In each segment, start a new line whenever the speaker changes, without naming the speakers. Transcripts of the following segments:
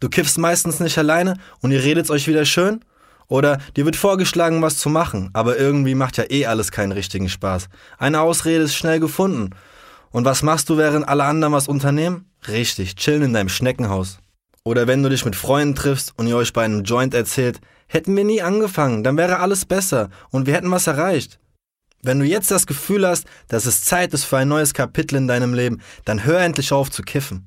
Du kiffst meistens nicht alleine und ihr redet's euch wieder schön? Oder dir wird vorgeschlagen, was zu machen, aber irgendwie macht ja eh alles keinen richtigen Spaß. Eine Ausrede ist schnell gefunden. Und was machst du, während alle anderen was unternehmen? Richtig, chillen in deinem Schneckenhaus. Oder wenn du dich mit Freunden triffst und ihr euch bei einem Joint erzählt, hätten wir nie angefangen, dann wäre alles besser und wir hätten was erreicht. Wenn du jetzt das Gefühl hast, dass es Zeit ist für ein neues Kapitel in deinem Leben, dann hör endlich auf zu kiffen.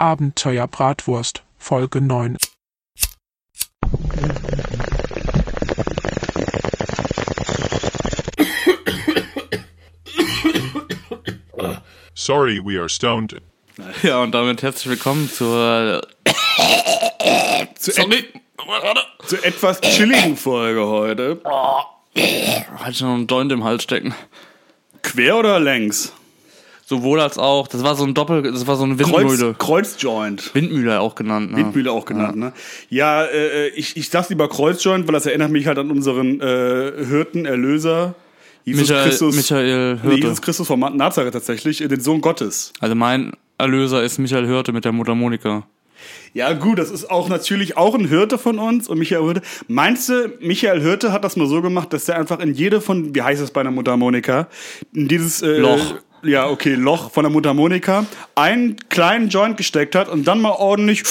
Abenteuer Bratwurst, Folge 9.
Sorry, we are stoned.
Ja, und damit herzlich willkommen zur.
Zu, et
Sorry!
zu etwas chilligen Folge heute.
Hat Halt schon einen Joint im Hals stecken.
Quer oder längs?
Sowohl als auch, das war so ein Doppel, das war so eine Windmühle.
Kreuz, Kreuzjoint.
Windmühle auch genannt. Ne?
Windmühle auch genannt, ne? Ja, äh, äh, ich, ich sag's lieber Kreuzjoint, weil das erinnert mich halt an unseren äh, Hirten, Erlöser, Jesus
Michael,
Christus.
Michael
Nee,
Hirte.
Jesus Christus von Nazareth tatsächlich, äh, den Sohn Gottes.
also mein Erlöser ist Michael Hirte mit der Mutter Monika.
Ja, gut, das ist auch natürlich auch ein Hirte von uns und Michael Hirte. Meinst du, Michael Hirte hat das mal so gemacht, dass er einfach in jede von, wie heißt es bei einer Mundharmonika, in dieses äh,
Loch.
Ja, okay, Loch von der Mundharmonika, einen kleinen Joint gesteckt hat und dann mal ordentlich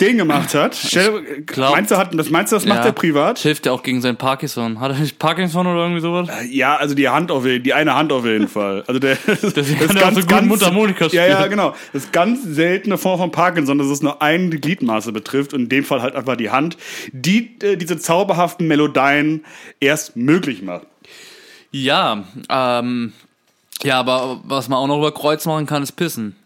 den gemacht hat. Stell,
glaub-
meinst du, hat, das meinst du, das macht er privat?
Hilft ja auch gegen sein Parkinson. Hat er nicht Parkinson oder irgendwie sowas?
Ja, also die Hand auf jeden, die eine Hand auf jeden Fall. Also der
Deswegen kann er auch so gut Mundharmonika
Ja, ja,
spielen.
genau. Das ist ganz seltene Form von Parkinson, dass es nur eine Gliedmaße betrifft und in dem Fall halt einfach die Hand, die äh, diese zauberhaften Melodien erst möglich macht.
Ja, ähm. Ja, aber was man auch noch über Kreuz machen kann, ist pissen.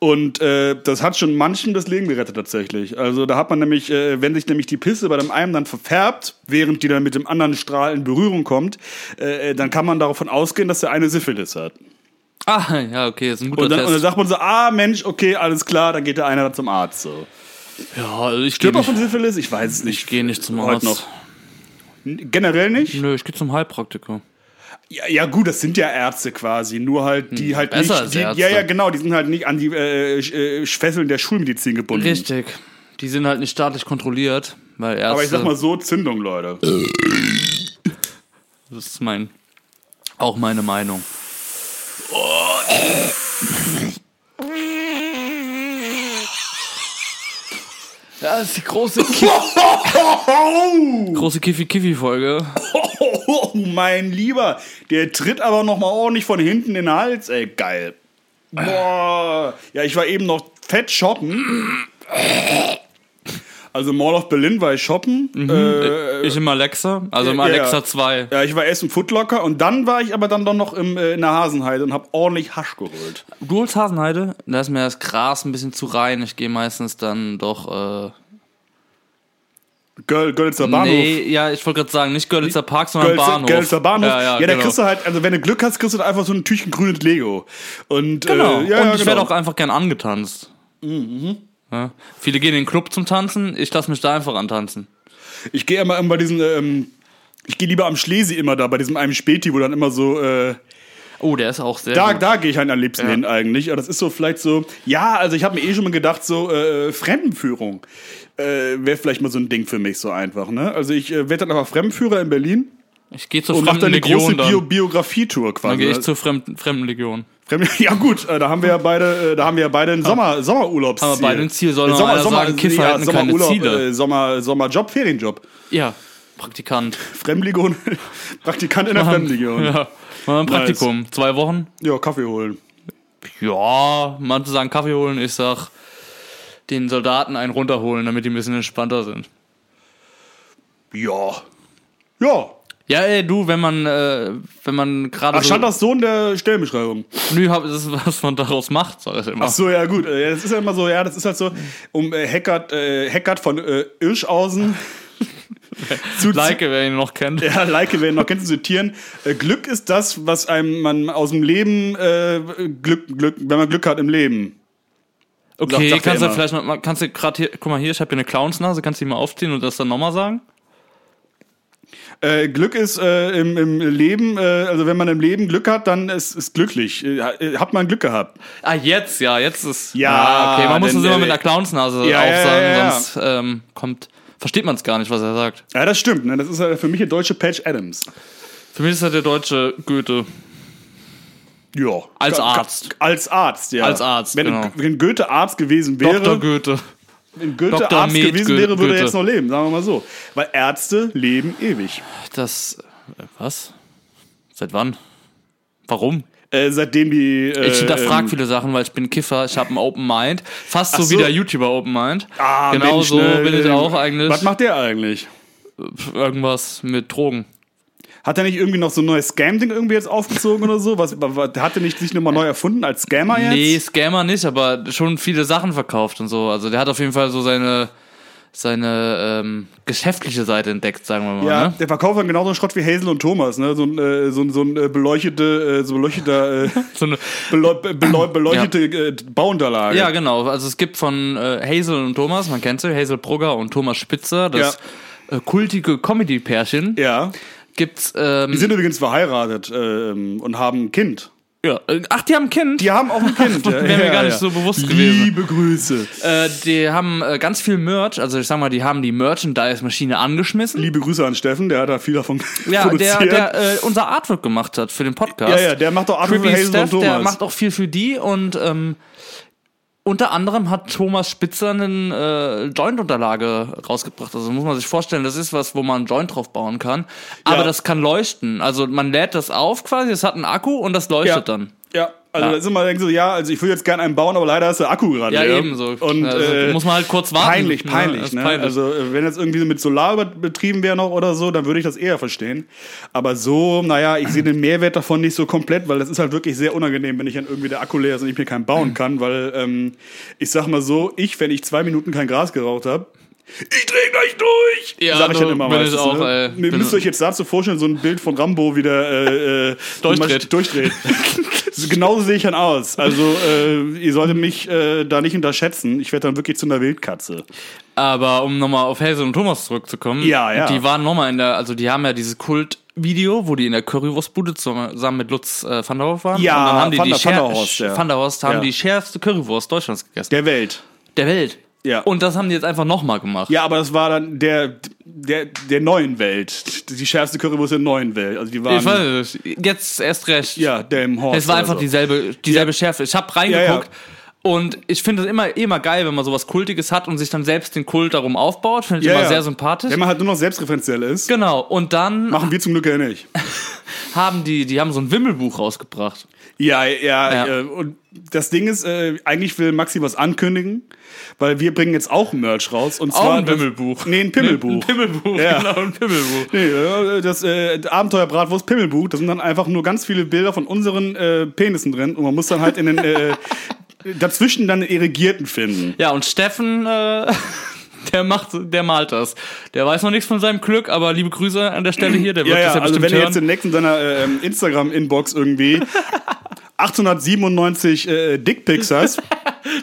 Und äh, das hat schon manchen das Leben gerettet tatsächlich. Also da hat man nämlich, äh, wenn sich nämlich die Pisse bei dem einen dann verfärbt, während die dann mit dem anderen Strahl in Berührung kommt, äh, dann kann man davon ausgehen, dass der eine Syphilis hat.
Ah, ja, okay, ist ein guter
Und dann, und dann
Test.
sagt man so, ah Mensch, okay, alles klar, dann geht der einer zum Arzt. So.
ja, also ich gehe
Stirbt man von
nicht,
Syphilis? Ich weiß es nicht.
ich geh nicht zum
Heute
Arzt. Mhm.
noch. N- Generell nicht?
Nö, ich gehe zum Heilpraktiker.
Ja, ja gut, das sind ja Ärzte quasi, nur halt die halt
Mhm. besser als
nicht. Die, ja,
Ärzte.
ja, genau, die sind halt nicht an die äh, äh, Fesseln der Schulmedizin gebunden.
Richtig. Die sind halt nicht staatlich kontrolliert, weil Ärzte.
Aber ich sag mal so, Zündung, Leute.
Das ist mein. Auch meine Meinung. Das ist die große Ki-
Oh,
große Kiffi-Kiffi-Folge.
oh, mein Lieber, der tritt aber noch mal ordentlich von hinten in den Hals, ey, geil. Boah. Ja, ich war eben noch fett shoppen. Also Mall of Berlin war ich shoppen.
Mhm.
Äh,
ich im Alexa, also im
ja,
Alexa
ja.
2.
Ja, ich war erst im Footlocker und dann war ich aber dann doch noch im, äh, in der Hasenheide und hab ordentlich Hasch geholt.
Du holst Hasenheide, da ist mir das Gras ein bisschen zu rein. Ich gehe meistens dann doch. Äh,
Göl, Görlitzer Bahnhof.
nee, ja, ich wollte gerade sagen, nicht Görlitzer Park, sondern
Görlitzer-
Bahnhof.
Görlitzer Bahnhof. Ja,
Ja, ja,
da
genau.
kriegst du halt, also wenn du Glück hast, kriegst du einfach so ein Tüchchen grünes Lego. Und,
Genau.
äh, ja,
und
ja,
ich
genau. Mhm.
werde auch einfach gern angetanzt. Ja. Viele gehen in den Club zum Tanzen, ich lasse mich da einfach antanzen.
Ich gehe immer, immer bei diesen, ähm, ich gehe lieber am Schlesi immer da, bei diesem einem Späti, wo dann immer so, äh,
Oh, der ist auch sehr.
da,
gut.
da gehe ich halt am liebsten hin eigentlich. Aber das ist so vielleicht so, ja, also ich habe mir eh schon mal gedacht, so äh, Fremdenführung äh, wäre vielleicht mal so ein Ding für mich so einfach. Ne? Also ich äh, werde dann einfach Fremdenführer in Berlin
Ich gehe zur
und mache
fremden
dann die große Also-
Legion dann.
Bio Biografie-Tour quasi.
dann gehe ich zur fremden, fremden Legion.
Fremd- Ja gut, äh, da haben wir ja beide, äh, da haben wir ja beide einen Sommer, Sommerurlaubsziel.
Ah. Haben wir beide ein Ziel, soll noch einer sagen, Kiffer hätten keine Ziele.
äh, Sommer, Sommerjob, Ferienjob.
Ja, Praktikant.
Fremdlegion, Praktikant in der Fremdlegion. Ja.
Ja. Mal ein Praktikum. Zwei Wochen.
Kaffee holen.
Ja, manche sagen Kaffee holen, ich sag den Soldaten einen runterholen, damit die ein bisschen entspannter sind.
Ja. Ja.
Ja, ey, du, wenn man, äh, wenn man gerade.
Ach, stand das so in der Stellenbeschreibung?
Nö, hab- das ist, was man daraus macht, sag ich immer.
Ach so, ja gut. Äh, Das ist ja immer so, ja, das ist halt so, um äh, Hackert, äh, Hackert von äh, Irschausen zu,
Like, wer ihn noch kennt.
Ja, Leike, wer ihn noch kennt, zu zitieren. Äh, Glück ist das, was einem man aus dem Leben, äh, Glück, Glück, wenn man Glück hat im Leben.
Okay,
sagt er
kannst du
immer.
vielleicht noch mal, kannst du gerade hier, guck mal hier, ich habe hier eine Clownsnase, kannst du die mal aufziehen und das dann nochmal sagen?
Äh, Glück ist äh, im, im Leben, äh, also wenn man im Leben Glück hat, dann ist es glücklich. Äh, ha- äh, hat man Glück gehabt.
Ah, jetzt, ja, jetzt ist.
Ja,
Ah, okay, man muss
denn,
es immer
äh,
mit einer Clownsnase
ja, ja,
aufsagen,
ja, ja.
sonst ähm, kommt, versteht man es gar nicht, was er sagt.
Ja, das stimmt. Ne? Das ist äh, für mich der deutsche Patch Adams.
Für mich ist er der deutsche Goethe.
Ja.
Als
Ga- ga-
Arzt.
Als Arzt, ja.
Als Arzt,
Wenn,
genau.
wenn Goethe Arzt gewesen wäre,
Dr. Goethe.
wenn Goethe
Dr.
Arzt
Med
gewesen wäre, würde
Goethe.
er jetzt noch leben, sagen wir mal so. Weil Ärzte leben ewig.
Das. äh, Was? Seit wann? Warum?
Äh, seitdem die. Äh,
Ich hinterfrage
ähm,
viele Sachen, weil ich bin Kiffer, ich habe ein Open Mind. Fast so,
Ach
wie
so.
der YouTuber Open Mind.
Ah,
genau
Mensch,
so
ne,
bin ich
äh,
auch eigentlich.
Was macht der eigentlich?
Pff, Irgendwas mit Drogen.
Hat er nicht irgendwie noch so ein neues Scam-Ding irgendwie jetzt aufgezogen oder so? Was, was, hat er nicht sich nochmal neu erfunden als Scammer jetzt?
Nee, Scammer nicht, aber schon viele Sachen verkauft und so. Also der hat auf jeden Fall so seine seine ähm, geschäftliche Seite entdeckt, sagen wir mal.
Ja,
Ne?
der verkauft dann genauso einen Schrott wie Hazel und Thomas, ne? So ein, äh, so ein, so ein äh, beleuchtete, äh, so beleuchteter, äh,
So eine,
beleu be- beleu beleuchtete äh, Bauunterlage.
ja, genau. Also es gibt von äh, Hazel und Thomas, man kennt sie, Hazel Brugger und Thomas Spitzer, das äh, kultige Comedy-Pärchen.
ja.
Gibt's, ähm,
Die sind übrigens verheiratet ähm, und haben ein Kind.
ja, äh, ach, die haben ein Kind.
Die haben auch ein Kind. ja,
Wäre mir gar nicht so bewusst gewesen.
Liebe Grüße.
Äh, die haben äh, ganz viel Merch, also ich sag mal, die haben die Merchandise-Maschine angeschmissen.
Liebe Grüße an Steffen, der hat da viel davon
ja, der,
produziert.
der äh, unser Artwork gemacht hat für den Podcast.
ja, ja, der macht auch Arthur
Creepy
Hazel
Steph,
und Thomas.
der macht auch viel für die und ähm, unter anderem hat Thomas Spitzer eine äh, Joint-Unterlage rausgebracht. Also muss man sich vorstellen, das ist was, wo man einen Joint drauf bauen kann. Aber
Ja.
das kann leuchten. Also man lädt das auf quasi, es hat einen Akku und das leuchtet
Ja.
dann.
Ja, also
Ja.
da ist immer denkst du, ja, also ich würde jetzt gerne einen bauen, aber leider ist der Akku gerade.
Ja,
leer.
ebenso.
Und
Also,
äh,
muss man halt kurz warten.
peinlich,
Ja,
peinlich,
ist
ne?
peinlich.
Also äh, wenn das irgendwie so mit Solar über- betrieben wäre noch oder so, dann würde ich das eher verstehen. Aber so, naja, ich sehe den Mehrwert davon nicht so komplett, weil das ist halt wirklich sehr unangenehm, wenn ich dann irgendwie der Akku leer ist und ich mir keinen
Mhm.
bauen kann, weil ähm, ich sag mal so, ich, wenn ich zwei Minuten kein Gras geraucht habe, ich dreh gleich durch!
Ja,
sag ich dann
so
immer
bin
meistens,
ich auch, ey.
ne? Ihr
Bin-
müsst euch jetzt dazu vorstellen, so ein Bild von Rambo, wie der äh, äh,
Durchdreht.
durchdreht. Genau So, Genauso sehe ich dann aus. Also äh, ihr solltet mich äh, da nicht unterschätzen. Ich werde dann wirklich zu einer Wildkatze.
Aber um nochmal auf Hazel und Thomas zurückzukommen,
Ja, ja.
die waren nochmal in der, also die haben ja dieses Kult-Video, wo die in der Currywurstbude zusammen mit Lutz äh, van der Horst waren.
Ja,
und dann haben die
Van
die
der- Van der
schär-
Horst, ja.
Van der Horst haben
Ja.
die schärfste Currywurst Deutschlands gegessen.
Der Welt.
Der Welt.
Ja.
Und das haben die jetzt einfach nochmal gemacht.
Ja, aber das war dann der, der, der neuen Welt. Die schärfste Currywurst der neuen Welt. Also die waren.
Ich weiß nicht, jetzt erst recht.
Ja, dem Horst.
Es war
oder
einfach
so.
dieselbe, dieselbe Schärfe. Ich habe reingeguckt.
Ja,
Und ich finde es immer, immer geil, wenn man sowas Kultiges hat und sich dann selbst den Kult darum aufbaut. Finde ich immer sehr sympathisch.
Wenn man halt nur noch selbstreferenziell ist.
Genau. Und dann
Machen wir zum Glück ja nicht.
haben die, die haben so ein Wimmelbuch rausgebracht.
Ja,
Ja.
ja, Äh, und das Ding ist, äh, eigentlich will Maxi was ankündigen, weil wir bringen jetzt auch Merch raus. Und zwar das- Nee, ein Pimmelbuch.
Pimmelbuch,
Ja.
genau, ein Pimmelbuch.
Nee, äh, das äh, Abenteuer Bratwurst Pimmelbuch, da sind dann einfach nur ganz viele Bilder von unseren äh, Penissen drin und man muss dann halt in den äh, dazwischen dann Irrigierten finden.
Ja, und Steffen, äh, der macht, der malt das. Der weiß noch nichts von seinem Glück, aber liebe Grüße an der Stelle hier, der wird
Ja, ja,
das ja
also wenn
bestimmt
ihr
hören.
jetzt den nächsten seiner äh, ähm, Instagram-Inbox irgendwie 897 äh, Dickpics hast,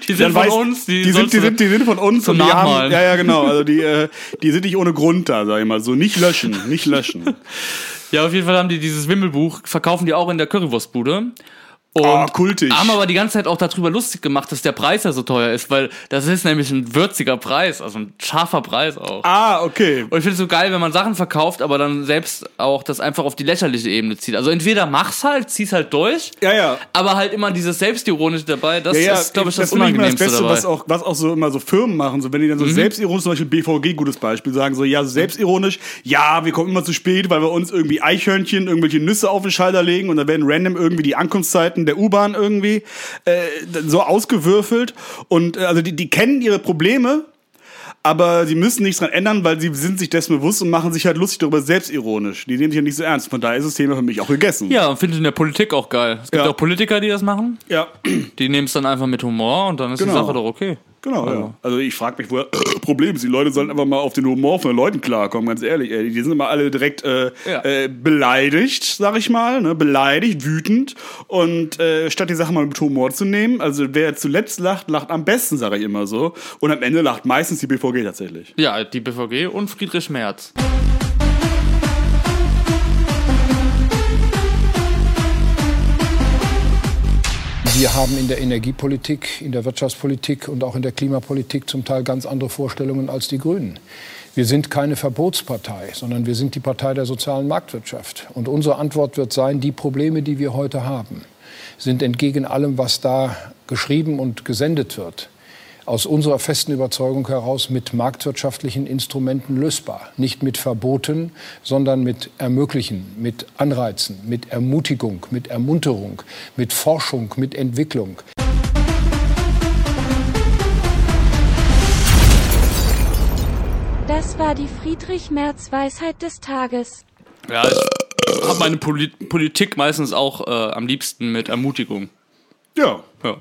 die
dann
sind von
weiß,
uns, die,
die, sind,
sollst
die,
du-
sind, die sind von uns
zum
und die haben,
Nachmalen.
ja, ja, genau, also die, äh, die sind nicht ohne Grund da, sag ich mal so, nicht löschen, nicht löschen.
Ja, auf jeden Fall haben die dieses Wimmelbuch, verkaufen die auch in der Currywurstbude. Und
Oh, kultig.
haben aber die ganze Zeit auch darüber lustig gemacht, dass der Preis ja so teuer ist, weil das ist nämlich ein würziger Preis, also ein scharfer Preis auch.
Ah, okay.
Und ich finde es so geil, wenn man Sachen verkauft, aber dann selbst auch das einfach auf die lächerliche Ebene zieht. Also entweder mach's halt, zieh's halt durch,
Ja, ja.
aber halt immer dieses Selbstironische dabei, das
Ja, ja,
ist, glaube ich, das,
finde immer
Unangenehmste dabei. Mhm.
was auch, was auch so immer so Firmen machen, so wenn die dann so selbstironisch, zum Beispiel BVG, gutes Beispiel, sagen so, ja, so selbstironisch, ja, wir kommen immer zu spät, weil wir uns irgendwie Eichhörnchen, irgendwelche Nüsse auf den Schalter legen und dann werden random irgendwie die Ankunftszeiten der U-Bahn irgendwie äh, so ausgewürfelt und äh, also die, die kennen ihre Probleme, aber sie müssen nichts dran ändern, weil sie sind sich dessen bewusst und machen sich halt lustig darüber selbstironisch. Die nehmen sich ja nicht so ernst. Von daher ist das Thema für mich auch gegessen.
Ja, und finde ich in der Politik auch geil. Es gibt
Ja.
auch Politiker, die das machen.
ja.
Die nehmen es dann einfach mit Humor und dann ist die
Genau.
Sache doch okay.
Genau, ja. Also ich frage mich, woher Problem ist. Die Leute sollen einfach mal auf den Humor von den Leuten klarkommen, ganz ehrlich. Ey. Die sind immer alle direkt äh,
Ja.
äh, beleidigt, sag ich mal, ne? beleidigt, wütend. Und äh, statt die Sache mal mit Humor zu nehmen, also wer zuletzt lacht, lacht am besten, sage ich immer so. Und am Ende lacht meistens die BVG tatsächlich.
Ja, die BVG und Friedrich Merz.
Wir haben in der Energiepolitik, in der Wirtschaftspolitik und auch in der Klimapolitik zum Teil ganz andere Vorstellungen als die Grünen. Wir sind keine Verbotspartei, sondern wir sind die Partei der sozialen Marktwirtschaft. Und unsere Antwort wird sein, die Probleme, die wir heute haben, sind entgegen allem, was da geschrieben und gesendet wird, aus unserer festen Überzeugung heraus mit marktwirtschaftlichen Instrumenten lösbar. Nicht mit Verboten, sondern mit Ermöglichen, mit Anreizen, mit Ermutigung, mit Ermunterung, mit Forschung, mit Entwicklung.
Das war die Friedrich-Merz-Weisheit des Tages.
Ja, ich habe meine Poli Politik meistens auch äh, am liebsten mit Ermutigung.
Ja.
Ja.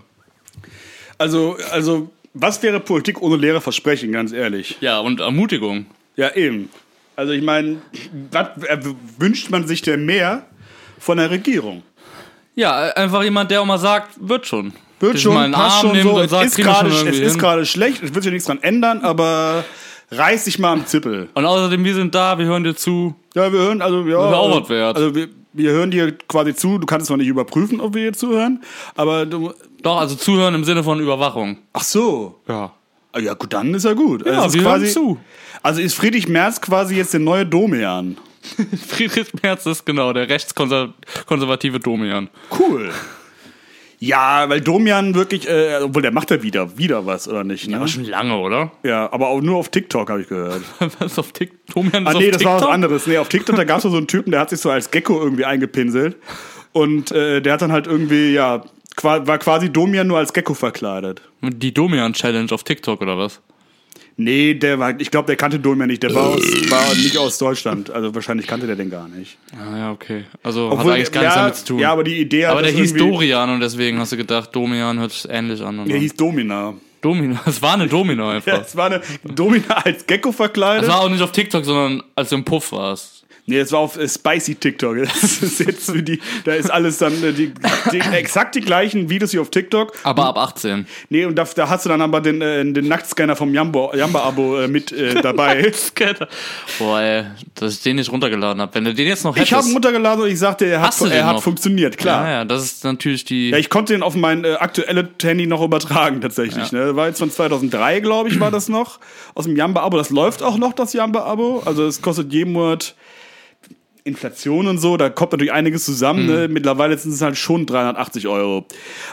Also, also was wäre Politik ohne leere Versprechen, ganz ehrlich?
ja, und Ermutigung.
Ja, eben. Also ich meine, was äh, wünscht man sich denn mehr von der Regierung?
Ja, äh, einfach jemand, der auch mal sagt, wird schon.
Wird
Dich
schon,
mal in den
passt
Arm
schon
nimmt
so.
und
Es
sagt,
ist
kriegen wir
gerade
schon
es
irgendwie
ist
hin.
gerade schlecht, es wird sich nichts dran ändern, aber reiß dich mal am Zippel.
Und außerdem, wir sind da, wir hören dir zu.
Ja, wir hören, also ja,
Das ist auch
also-
was wert.
Also wir, wir hören dir quasi zu, du kannst es noch nicht überprüfen, ob wir hier zuhören, aber du,
Doch, also zuhören im Sinne von Überwachung.
ach so.
Ja.
Ah Ja, gut, dann ist ja gut.
Ja,
es ist
wir hören zu.
Also ist Friedrich Merz quasi jetzt der neue Domian.
Friedrich Merz ist genau der rechtskonservative Domian.
Cool. Ja, weil Domian wirklich, äh, obwohl der macht ja wieder, wieder was, oder nicht? Ne?
schon lange, oder?
Ja, aber auch nur auf TikTok, habe ich gehört.
Was auf Tik- Domian ist
Ah,
auf
nee, das war was
TikTok?
anderes. Nee, auf TikTok, da gab es so einen Typen, der hat sich so als Gecko irgendwie eingepinselt. Und äh, der hat dann halt irgendwie, ja, qua war quasi Domian nur als Gecko verkleidet.
Die Domian-Challenge auf TikTok oder was?
Nee, der war, ich glaube, der kannte Domian nicht. Der war, aus, war nicht aus Deutschland. Also wahrscheinlich kannte der den gar nicht.
Ah ja, okay. Also
Obwohl,
hat eigentlich gar
ja,
nichts damit zu tun.
ja, aber die Idee hat
Aber der
das
hieß
irgendwie-
Dorian und deswegen hast du gedacht, Domian hört sich ähnlich an. Oder?
Der hieß Domina.
Domino. Es war eine Domino einfach.
Ja, es war eine Domina als Gecko
Das
verkleidet.
war auch nicht auf TikTok, sondern als du im Puff warst.
Nee, das war auf äh, Spicy TikTok. Das ist jetzt wie die, da ist alles dann äh, die, die, exakt die gleichen Videos wie auf TikTok,
Aber ab 18.
Nee, und da, da hast du dann aber den, äh, den Nacktscanner vom Jamba- Jamba-Abo äh, mit äh, dabei.
Boah, ey, dass ich den nicht runtergeladen habe. Wenn du den jetzt noch hättest.
ich habe ihn runtergeladen und ich sagte, er hat,
Hast du den
er hat
noch?
funktioniert, klar.
Ja,
Ja,
ja, das ist natürlich die.
ich konnte den auf mein äh, aktuelles Handy noch übertragen, tatsächlich. Ne? War jetzt von 2003, glaube ich, war das noch. Aus dem Jamba-Abo. Das läuft auch noch, das Jamba-Abo. Also, es kostet jeden Monat. Inflation und so, da kommt natürlich einiges zusammen.
Mhm.
Ne? Mittlerweile sind es halt schon 380 Euro.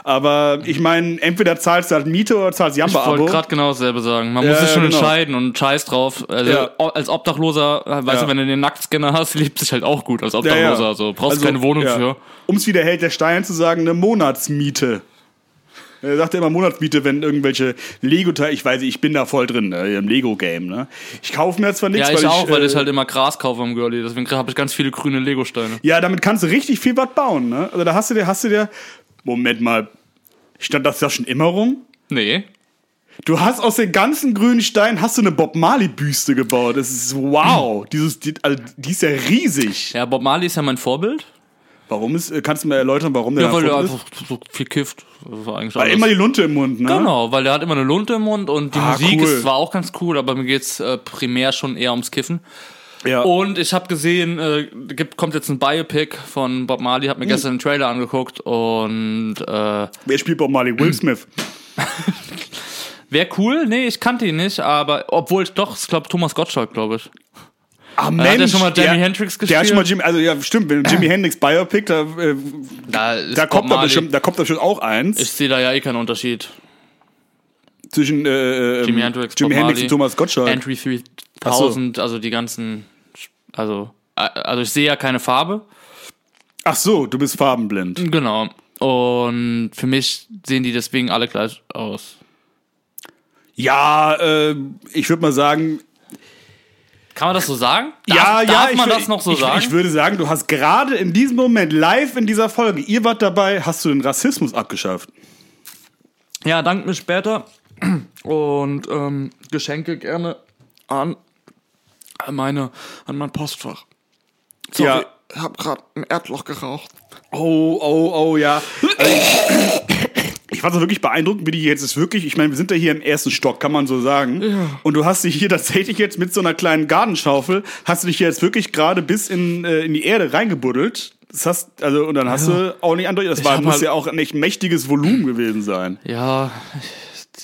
Aber ich meine, entweder zahlst du halt Miete oder zahlst
ich wollte
Jamba-Abo.
gerade genau dasselbe sagen. Man
Ja,
muss sich
ja,
schon
genau.
entscheiden und scheiß drauf. Also,
Ja.
o- Als Obdachloser, äh, weißt
Ja.
du, wenn du den Nacktscanner hast, lebt sich halt auch gut als
Ja,
Obdachloser.
ja.
Also brauchst keine Wohnung
ja.
für.
Um's wieder hält der Stein zu sagen, eine Monatsmiete. Er sagt ja immer Monatsmiete, wenn irgendwelche Lego-Teile, ich weiß, ich bin da voll drin, ne, im Lego-Game. Ne? Ich kaufe mir zwar nichts,
Ja, ich
weil
auch,
ich,
weil
äh,
ich halt immer Gras kaufe am Girlie. Deswegen habe ich ganz viele grüne Legosteine.
Ja, damit kannst du richtig viel was bauen. Ne? Also da hast du dir, hast du dir, Moment mal, stand das da schon immer rum?
Nee.
Du hast aus den ganzen grünen Steinen hast du eine Bob Marley Büste gebaut. Das ist wow. Dieses, die, also, die ist ja riesig.
Ja, Bob Marley ist ja mein Vorbild.
Warum ist? äh, Kannst du mir erläutern, warum der
Ja, weil
davon
er
ist?
einfach so viel kifft. Das war eigentlich
Weil
alles.
immer die Lunte im Mund. Ne?
Genau, weil der hat immer eine Lunte im Mund und die
Ah,
Musik
cool.
ist zwar auch ganz cool, aber mir geht's äh, primär schon eher ums Kiffen.
Ja.
Und ich habe gesehen, äh, gibt, kommt jetzt ein Biopic von Bob Marley,
Hm.
habe mir gestern den Trailer angeguckt und äh,
Wer spielt Bob Marley? Will Smith.
wäre cool. Nee, ich kannte ihn nicht, aber obwohl ich doch, ich glaube Thomas Gottschalk, glaube ich.
Ah,
Mensch, Äh, hat er schon mal Jimi Hendrix
Der hat schon mal
gespielt?
Jimi, also ja, stimmt, wenn Jimi Hendrix Biopic, da, äh,
Da, ist
da,
Bob
kommt da,
Marley.
bestimmt, da kommt da bestimmt auch eins
Ich sehe da ja eh keinen Unterschied.
zwischen äh, ähm,
Jimi Hendrix,
Jimi
Bob
Hendrix
Marley,
und Thomas Gottschalk.
Entry 3000, also die ganzen, also äh, also ich sehe ja keine Farbe.
Ach so, du bist farbenblind.
Genau. Und für mich sehen die deswegen alle gleich aus.
Ja, äh, ich würde mal sagen,
Kann man das so sagen?
ja,
darf
ja,
darf
ich
man
wür-
das noch so
ich,
sagen?
Ich würde sagen, du hast gerade in diesem Moment live in dieser Folge, ihr wart dabei, hast du den Rassismus abgeschafft.
ja, dank mir später. Und ähm, Geschenke gerne an meine, an mein Postfach. Sorry,
Ja.
ich hab gerade ein Erdloch geraucht.
Oh, oh, oh, ja. Also ich, ich fand es wirklich beeindruckend, wie die jetzt ist wirklich. Ich meine, wir sind ja hier im ersten Stock, kann man so sagen. Und du hast dich hier tatsächlich jetzt mit so einer kleinen Gartenschaufel, hast du dich jetzt wirklich gerade bis in, äh, in die Erde reingebuddelt. Das hast, also, und dann hast du auch nicht andeutet. Das war,
hab
muss
halt-
ja auch ein echt mächtiges Volumen gewesen sein.
Ja,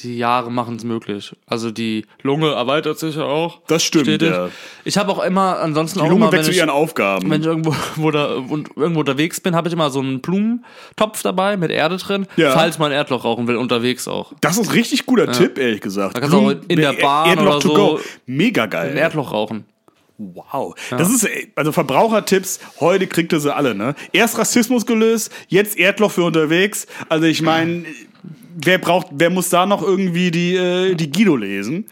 die Jahre machen es möglich. Also die Lunge erweitert sich ja auch.
Das stimmt,
stetig.
ja.
Ich habe auch immer, ansonsten
Die
auch
Lunge
immer, wenn
wächst zu
ich,
ihren Aufgaben.
wenn ich irgendwo, wo da, und irgendwo unterwegs bin, habe ich immer so einen Blumentopf dabei mit Erde drin,
Ja.
falls man Erdloch rauchen will, unterwegs auch.
Das ist ein richtig guter Tipp, ehrlich gesagt.
Da kannst du auch
Blumen-
in der
Erd-
Bahn
Erdloch
oder
to
so
go. Mega geil.
Ein Erdloch rauchen.
Wow. Das ist, äh, also Verbrauchertipps, heute kriegt ihr sie alle, ne? Erst Rassismus gelöst, jetzt Erdloch für unterwegs. Also ich meine, wer braucht, wer muss da noch irgendwie die, äh, die Guido lesen?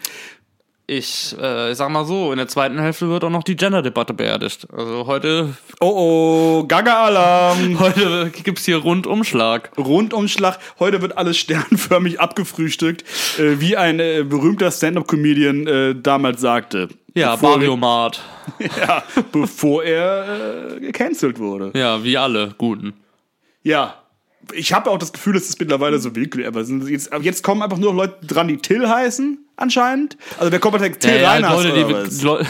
Ich, äh, ich sag mal so, in der zweiten Hälfte wird auch noch die Gender-Debatte beerdigt. Also heute,
Oh oh, Gaga-Alarm.
heute gibt's hier Rundumschlag.
Rundumschlag, heute wird alles sternförmig abgefrühstückt, äh, wie ein äh, berühmter Stand-Up-Comedian äh, damals sagte.
Ja,
Bevor-
Bariomat.
Ja, bevor er äh, gecancelt wurde.
Ja, wie alle Guten.
Ja. Ich habe auch das Gefühl, es ist mittlerweile so willkürlich. Aber es sind jetzt, aber jetzt kommen einfach nur noch Leute dran, die Till heißen, anscheinend. Also wer kommt halt Till
Ja, ja,
Reiners
Leute,
oder
die,
was?
Leu-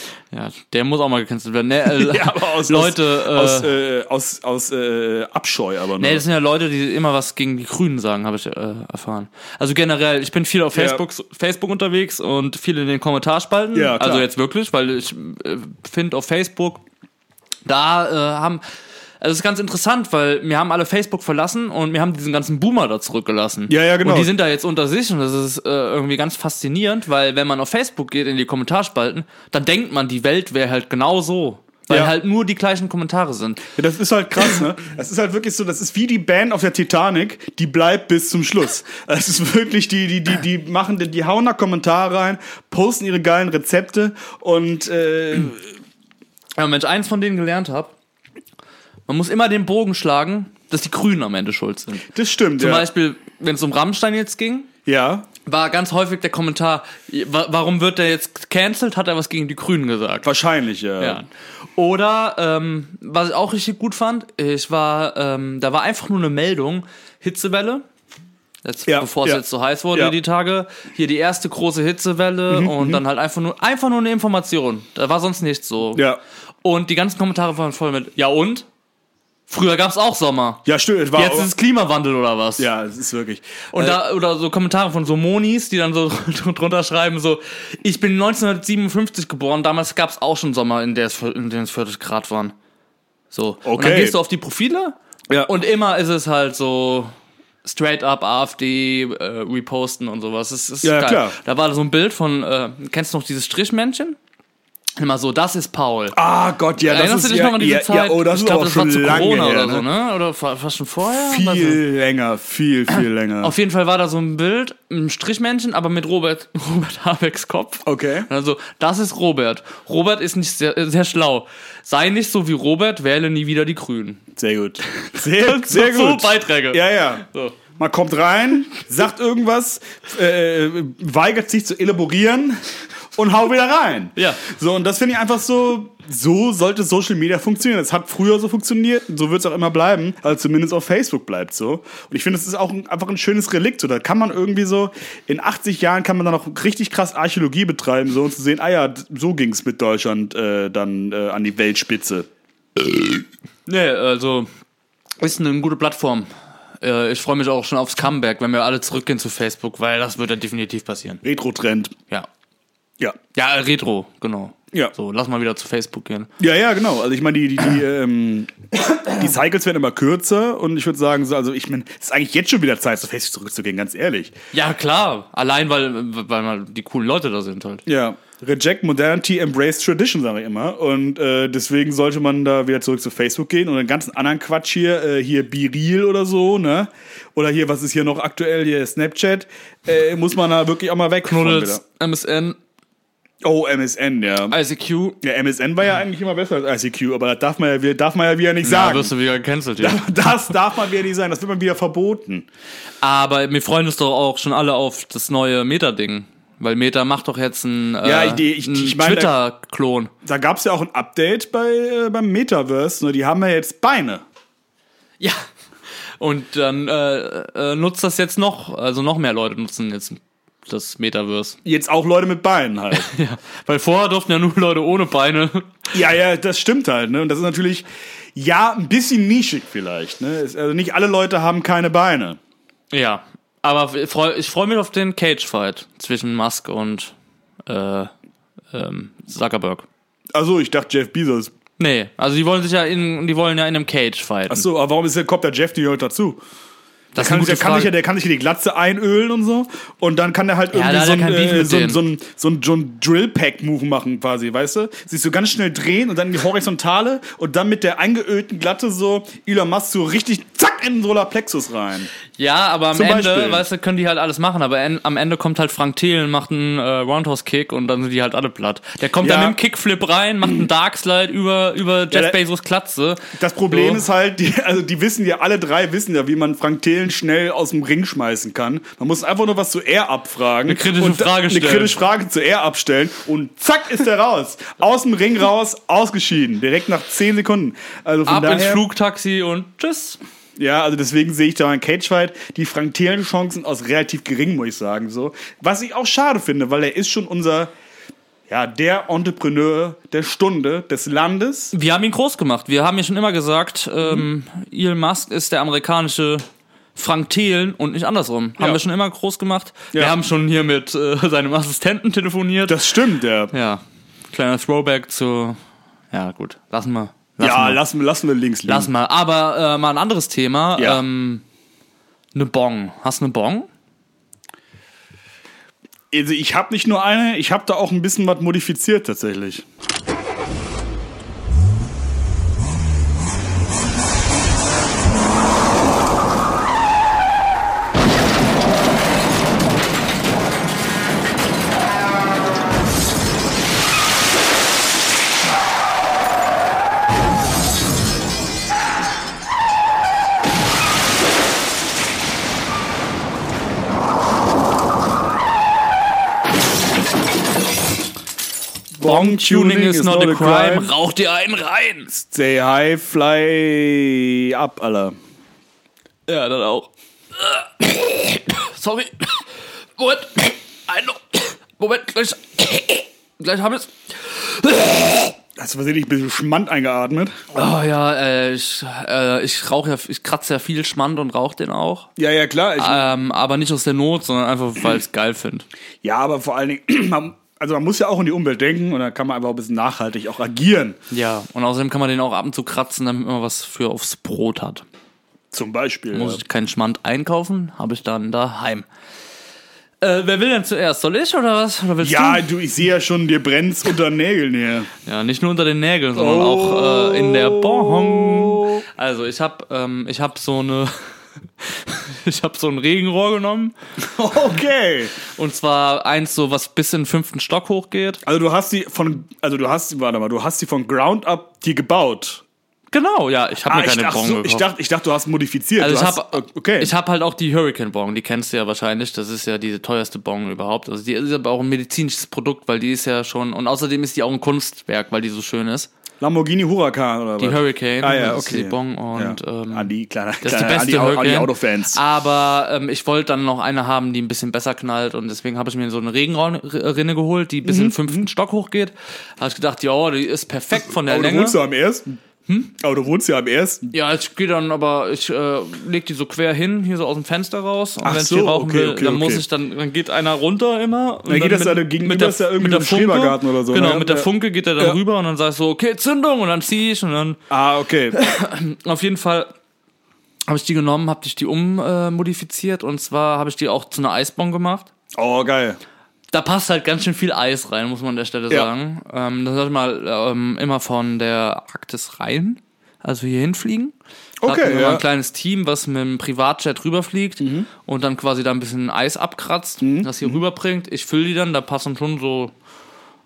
ja, der muss auch mal gecancelt werden. Nee, äh,
Ja, aber aus,
Leute,
aus, aus,
äh,
äh, aus, aus äh, Abscheu aber nur.
nee, das sind ja Leute, die immer was gegen die Grünen sagen, habe ich äh, erfahren. Also generell, ich bin viel auf
Ja.
Facebook, Facebook unterwegs und viel in den Kommentarspalten.
Ja, klar.
Also jetzt wirklich, weil ich äh, finde auf Facebook, da äh, haben also es ist ganz interessant, weil mir haben alle Facebook verlassen und mir haben diesen ganzen Boomer da zurückgelassen.
Ja, ja, genau.
Und die sind da jetzt unter sich und das ist äh, irgendwie ganz faszinierend, weil wenn man auf Facebook geht in die Kommentarspalten, dann denkt man, die Welt wäre halt genau so. Weil
Ja.
halt nur die gleichen Kommentare sind.
ja, das ist halt krass, ne? Das ist halt wirklich so, das ist wie die Band auf der Titanic, die bleibt bis zum Schluss. Es ist wirklich, die, die, die, die machen, die, die hauen da Kommentare rein, posten ihre geilen Rezepte und äh,
Ja, Mensch, eins von denen gelernt habe, man muss immer den Bogen schlagen, dass die Grünen am Ende schuld sind.
das stimmt,
Zum
ja.
Beispiel, wenn es um Rammstein jetzt ging,
ja.
war ganz häufig der Kommentar, wa- warum wird der jetzt gecancelt? Hat er was gegen die Grünen gesagt?
Wahrscheinlich, ja.
Ja. Oder, ähm, was ich auch richtig gut fand, ich war, ähm, da war einfach nur eine Meldung, Hitzewelle. Jetzt,
Ja,
bevor es
ja.
jetzt so heiß wurde
Ja. Mhm,
die Tage. Hier die erste große Hitzewelle und dann halt einfach nur, einfach nur eine Information. Da war sonst nichts so.
Ja.
Und die ganzen Kommentare waren voll mit, ja und? Früher gab's auch Sommer.
Ja, stimmt. es War
Jetzt ist es Klimawandel oder was?
Ja, es ist wirklich.
Und da, oder so Kommentare von so Monis, die dann so drunter schreiben, so, ich bin 1957 geboren, damals gab es auch schon Sommer, in, der es, in denen es 40 Grad waren. So. Und dann
Okay.
gehst du auf die Profile
Äh, Ja.
und immer ist es halt so straight up AfD, äh, reposten und sowas. Das ist
Ja,
geil.
klar.
Da war so ein Bild von, äh, kennst du noch dieses Strichmännchen? Immer so, das ist Paul.
Ah Gott, ja, das
Erinnerst
ist
du dich
ja,
noch an diese
ja,
Zeit?
ja, oh, das
ich
ist
glaube,
auch
das war
schon
zu
lange
Corona
her,
oder so, ne? Also Oder fa- fast schon vorher? Weiß nicht.
Viel länger, viel, viel länger.
Auf jeden Fall war da so ein Bild, ein Strichmännchen, aber mit Robert, Robert Habecks Kopf.
Okay.
Also, das ist Robert. Robert ist nicht sehr, äh, sehr schlau. Sei nicht so wie Robert, wähle nie wieder die Grünen.
Sehr gut. Sehr, sehr
So
gut.
Beiträge.
Ja, ja.
So.
Man kommt rein, sagt irgendwas, äh, weigert sich zu elaborieren und hau wieder rein.
Ja.
So, und das finde ich einfach so, so sollte Social Media funktionieren. Es hat früher so funktioniert, und so wird es auch immer bleiben, also zumindest auf Facebook bleibt so. Und ich finde, es ist auch ein, einfach ein schönes Relikt. So, da kann man irgendwie so, in 80 Jahren kann man dann auch richtig krass Archäologie betreiben, so und zu sehen, ah ja, d- so ging es mit Deutschland äh, dann äh, an die Weltspitze.
Nee, also, ist eine gute Plattform. Äh, Ich freue mich auch schon aufs Comeback, wenn wir alle zurückgehen zu Facebook, weil das wird dann definitiv passieren.
Retro-Trend.
Ja.
Ja.
Ja, äh, Retro, genau.
Ja.
So, lass mal wieder zu Facebook gehen.
Ja, ja, genau. Also ich meine, die, die, die, ähm, die Cycles werden immer kürzer und ich würde sagen, so, also ich meine, es ist eigentlich jetzt schon wieder Zeit, zu Facebook zurückzugehen, ganz ehrlich.
Ja, klar. Allein, weil, weil mal die coolen Leute da sind halt.
Ja. Reject Modernity, Embrace Tradition, sage ich immer. Und äh, deswegen sollte man da wieder zurück zu Facebook gehen und den ganzen anderen Quatsch hier, äh, hier Be Real oder so, ne? Oder hier, was ist hier noch aktuell, hier Snapchat, äh, muss man da wirklich auch mal weg. von
Knuddels, MSN,
wieder. Oh, MSN, ja.
ICQ.
Ja, MSN war ja eigentlich immer besser als ICQ, aber das darf man ja, wieder- darf man ja wieder nicht
Da
sagen.
wirst du wieder gecancelt, ja.
das darf man wieder nicht sagen, das wird man wieder verboten.
Aber wir freuen uns doch auch schon alle auf das neue Meta-Ding. Weil Meta macht doch jetzt einen, äh,
Ja, ich- ich-
einen
ich meine-
Twitter-Klon.
Da gab es ja auch ein Update bei, äh, beim Metaverse, ne? die haben ja jetzt Beine.
Ja. Und dann äh, äh, nutzt das jetzt noch, also noch mehr Leute nutzen jetzt das Metaverse.
Jetzt auch Leute mit Beinen halt.
Ja. Weil vorher durften ja nur Leute ohne Beine.
Ja, ja, das stimmt halt, ne? Und das ist natürlich, ja, ein bisschen nischig vielleicht, ne? Ist- Also nicht alle Leute haben keine Beine.
Ja. Aber ich freue ich freu mich auf den Cage-Fight zwischen Musk und äh, ähm, Zuckerberg.
Also ich dachte Jeff Bezos.
Nee, also die wollen sich ja in, die wollen ja in einem Cage fighten.
Ach so, aber warum ist der Kopf der Jeff die heute dazu?
das
Kann, der, kann sich ja, der kann sich hier die Glatze einölen und so. Und dann kann der halt
Ja,
irgendwie
da hat
so,
er
ein,
kein Beef
äh,
mit
so, ein-
denen.
so, ein, so, ein, so ein Drill-Pack-Move machen quasi, weißt du? Sich so ganz schnell drehen und dann in die Horizontale und dann mit der eingeölten Glatte so Elon Musk so richtig zack in den Solarplexus rein.
Ja, aber am
Zum
Ende,
Beispiel.
weißt du, können die halt alles machen, aber en, am Ende kommt halt Frank Thelen, macht einen äh, Roundhouse-Kick und dann sind die halt alle platt. Der kommt
Ja.
dann mit dem Kickflip rein, macht einen Darkslide über, über Jeff
der-
Bezos Klatze.
Das Problem
So.
ist halt, die, also die wissen ja, alle drei wissen ja, wie man Frank Thelen schnell aus dem Ring schmeißen kann. Man muss einfach nur was zu R abfragen. Eine
kritische Frage
Eine
stellen.
kritische Frage zu R abstellen und zack ist er raus. Aus dem Ring raus, ausgeschieden. Direkt nach 10 Sekunden. Also von
ab
daher,
ins Flugtaxi und tschüss.
Ja, also deswegen sehe ich da in Cagefight die Frank Thelen Chancen aus relativ gering, muss ich sagen. So. Was ich auch schade finde, weil er ist schon unser, ja, der Entrepreneur der Stunde, des Landes.
Wir haben ihn groß gemacht. Wir haben ja schon immer gesagt, ähm, Elon Musk ist der amerikanische Frank Thelen und nicht andersrum. Haben
Ja.
wir schon immer groß gemacht.
Ja.
Wir haben schon hier mit äh, seinem Assistenten telefoniert.
Das stimmt, ja.
ja, kleiner Throwback zu. Ja, gut, lassen wir. Lassen
Ja,
wir.
lassen, lassen wir links liegen.
Lass mal. Aber äh, mal ein anderes Thema.
Ja.
Ähm, eine Bong. Hast du eine Bong?
Also ich habe nicht nur eine, ich habe da auch ein bisschen was modifiziert tatsächlich.
Bong-Tuning is not a crime. Rauch dir einen rein.
Stay high, fly up, Alter.
Ja, dann auch. Sorry. Moment. Ein noch. Moment, gleich. Gleich haben wir's.
Hast du versehentlich ein bisschen Schmand eingeatmet?
Oh ja, äh, ich, äh, ich rauche ja, ich kratze ja viel Schmand und rauche den auch.
Ja, ja, klar. Ich,
Ähm, aber nicht aus der Not, sondern einfach, weil ich's geil finde.
Ja, aber vor allen Dingen, man, also man muss ja auch in die Umwelt denken und dann kann man einfach ein bisschen nachhaltig auch agieren.
Ja. Und außerdem kann man den auch ab und zu kratzen, damit man was für aufs Brot hat.
Zum Beispiel.
Muss ich keinen Schmand einkaufen, habe ich dann daheim. Äh, wer will denn zuerst? Soll ich oder was? Oder willst
ja,
du?
du, ich sehe ja schon, dir brennt's unter den Nägeln hier.
Ja, nicht nur unter den Nägeln, sondern auch äh, in der Bon.
Oh.
Also ich habe ähm, ich hab so eine... ich habe so ein Regenrohr genommen.
Okay.
Und zwar eins so, was bis in den fünften Stock hochgeht.
Also du hast die von, also du hast, warte mal, du hast die von Ground Up die gebaut.
Genau, ja, ich habe
Ah,
mir
ich,
keine
dachte,
Bon
so,
gekauft.
ich, dachte, ich dachte, du hast modifiziert.
Also
du
ich
hast, äh,
habe
okay.
ich hab halt auch die Hurricane Bong, die kennst du ja wahrscheinlich. Das ist ja diese teuerste Bong überhaupt. Also die ist aber auch ein medizinisches Produkt, weil die ist ja schon und außerdem ist die auch ein Kunstwerk, weil die so schön ist.
Lamborghini Huracan oder
Die
was?
Hurricane,
Ah ja,
das ist
okay.
die Bong und
ja.
ähm,
an die kleine,
das ist die
kleine
beste
an die, an die
Hurricane.
Autofans.
Aber ähm, ich wollte dann noch eine haben, die ein bisschen besser knallt und deswegen habe ich mir so eine Regenrinne geholt, die bis in den
Mhm.
fünften Stock hochgeht. Habe ich gedacht, ja, die ist perfekt von der Hm?
Aber du
Länge.
wohnst ja am ersten. Aber du wohnst ja am ersten.
Ja, ich gehe dann, aber ich äh, leg die so quer hin, hier so aus dem Fenster raus. Und
Ach
wenn ich
so,
die rauchen
okay,
will,
okay,
dann muss
okay.
ich dann, dann geht einer runter immer. Und
Dann geht das ja gegenüber, ist ja irgendwie so ein Schrebergarten oder so,
Genau,
ne?
mit der
Ja.
Funke geht er dann
Ja.
rüber und dann sag ich so, okay, Zündung und dann zieh ich und dann
Ah, okay.
auf jeden Fall habe ich die genommen, habe ich die ummodifiziert äh, modifiziert und zwar habe ich die auch zu einer Eisbon gemacht.
Oh, geil.
da passt halt ganz schön viel Eis rein, muss man an der Stelle
Ja.
sagen. Ähm, das hatte ich mal ähm, immer von der Arktis rein, als wir hier hinfliegen. Da
Okay,
hatten wir
ja. Mhm.
mal ein kleines Team, was mit dem Privatjet rüberfliegt und dann quasi da ein bisschen Eis abkratzt, das hier rüberbringt. Ich fülle die dann, da passen schon so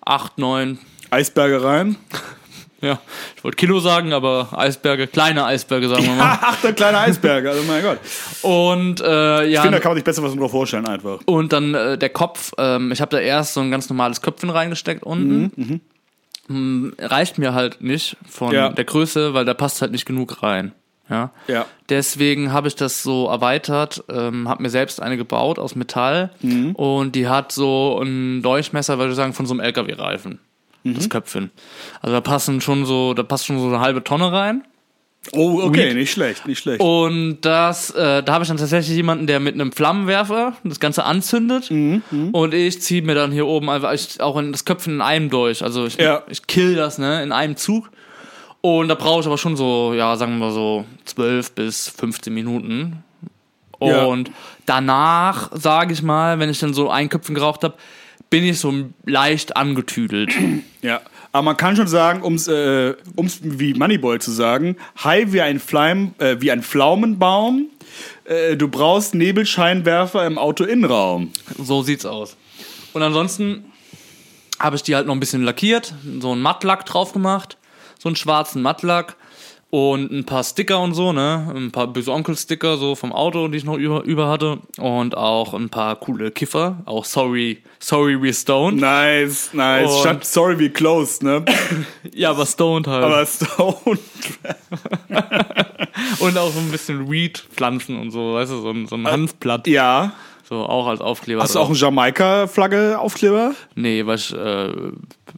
acht, neun,
Eisberge rein.
ja, ich wollte Kilo sagen, aber Eisberge, kleine Eisberge, sagen wir mal.
Ach, der kleine Eisberg, also mein Gott. Ich
Und äh, ja,
finde, da kann man sich besser was drauf vorstellen einfach.
Und dann äh, der Kopf. Ähm, ich habe da erst so ein ganz normales Köpfchen reingesteckt unten.
Mhm,
Mm, Reicht mir halt nicht von
Ja.
der Größe, weil da passt halt nicht genug rein. Ja.
Ja.
Deswegen habe ich das so erweitert, ähm, habe mir selbst eine gebaut aus Metall
Mhm.
und die hat so einen Durchmesser, würde ich sagen, von so einem LKW-Reifen.
Mhm.
Das Köpfchen. Also da passen schon so, da passt schon so eine halbe Tonne rein.
Oh, okay, nicht schlecht, nicht schlecht.
Und das, äh, da habe ich dann tatsächlich jemanden, der mit einem Flammenwerfer das Ganze anzündet.
Mhm,
Und ich ziehe mir dann hier oben einfach ich, auch in das Köpfen in einem durch. Also ich,
Ja.
ich kill das, ne, in einem Zug. Und da brauche ich aber schon so, ja, sagen wir mal so 12 bis 15 Minuten.
Ja.
Und danach, sage ich mal, wenn ich dann so ein Köpfen geraucht habe, bin ich so leicht angetüdelt.
Ja, aber man kann schon sagen, ums, äh, um's wie Moneyboy zu sagen, Hai wie ein, Fleim, äh, wie ein Pflaumenbaum, äh, du brauchst Nebelscheinwerfer im Autoinnenraum.
So sieht's aus. Und ansonsten habe ich die halt noch ein bisschen lackiert, so einen Mattlack drauf gemacht, so einen schwarzen Mattlack und ein paar Sticker und so, ne? Ein paar böse Onkel-Sticker so vom Auto, die ich noch über, über hatte und auch ein paar coole Kiffer, auch sorry, sorry we're stoned.
Nice, nice.
Und-
Statt sorry we closed, ne?
Ja, aber stoned halt.
Aber Stone.
und auch so ein bisschen Weed-Pflanzen und so, weißt du, so ein, so ein Hanfblatt,
Ja.
so auch als Aufkleber.
Äh. Hast du auch einen Jamaika-Flagge-Aufkleber?
nee, weil ich, äh,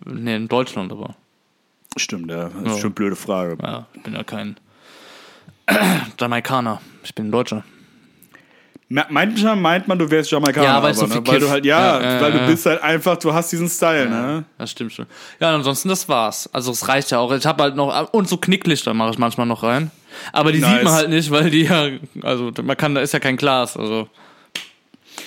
nee, in Deutschland aber.
Stimmt, ja. Das ist schon eine blöde Frage.
Ja, ich bin ja kein Jamaikaner. Ich bin Deutscher.
Me- Manchmal meint man, du wärst Jamaikaner,
Ja, weil
aber,
so
ne?
viel
weil du
kiffst.
halt, ja,
Ja, ja,
weil
ja.
du bist halt einfach, du hast diesen Style, ne?
Das stimmt schon. Ja, und ansonsten, das war's. Also, es reicht ja auch. Ich habe halt noch. Und so Knicklichter mache ich manchmal noch rein. Aber die
Nice.
sieht man halt nicht, weil die ja. Also, man kann, da ist ja kein Glas. Also.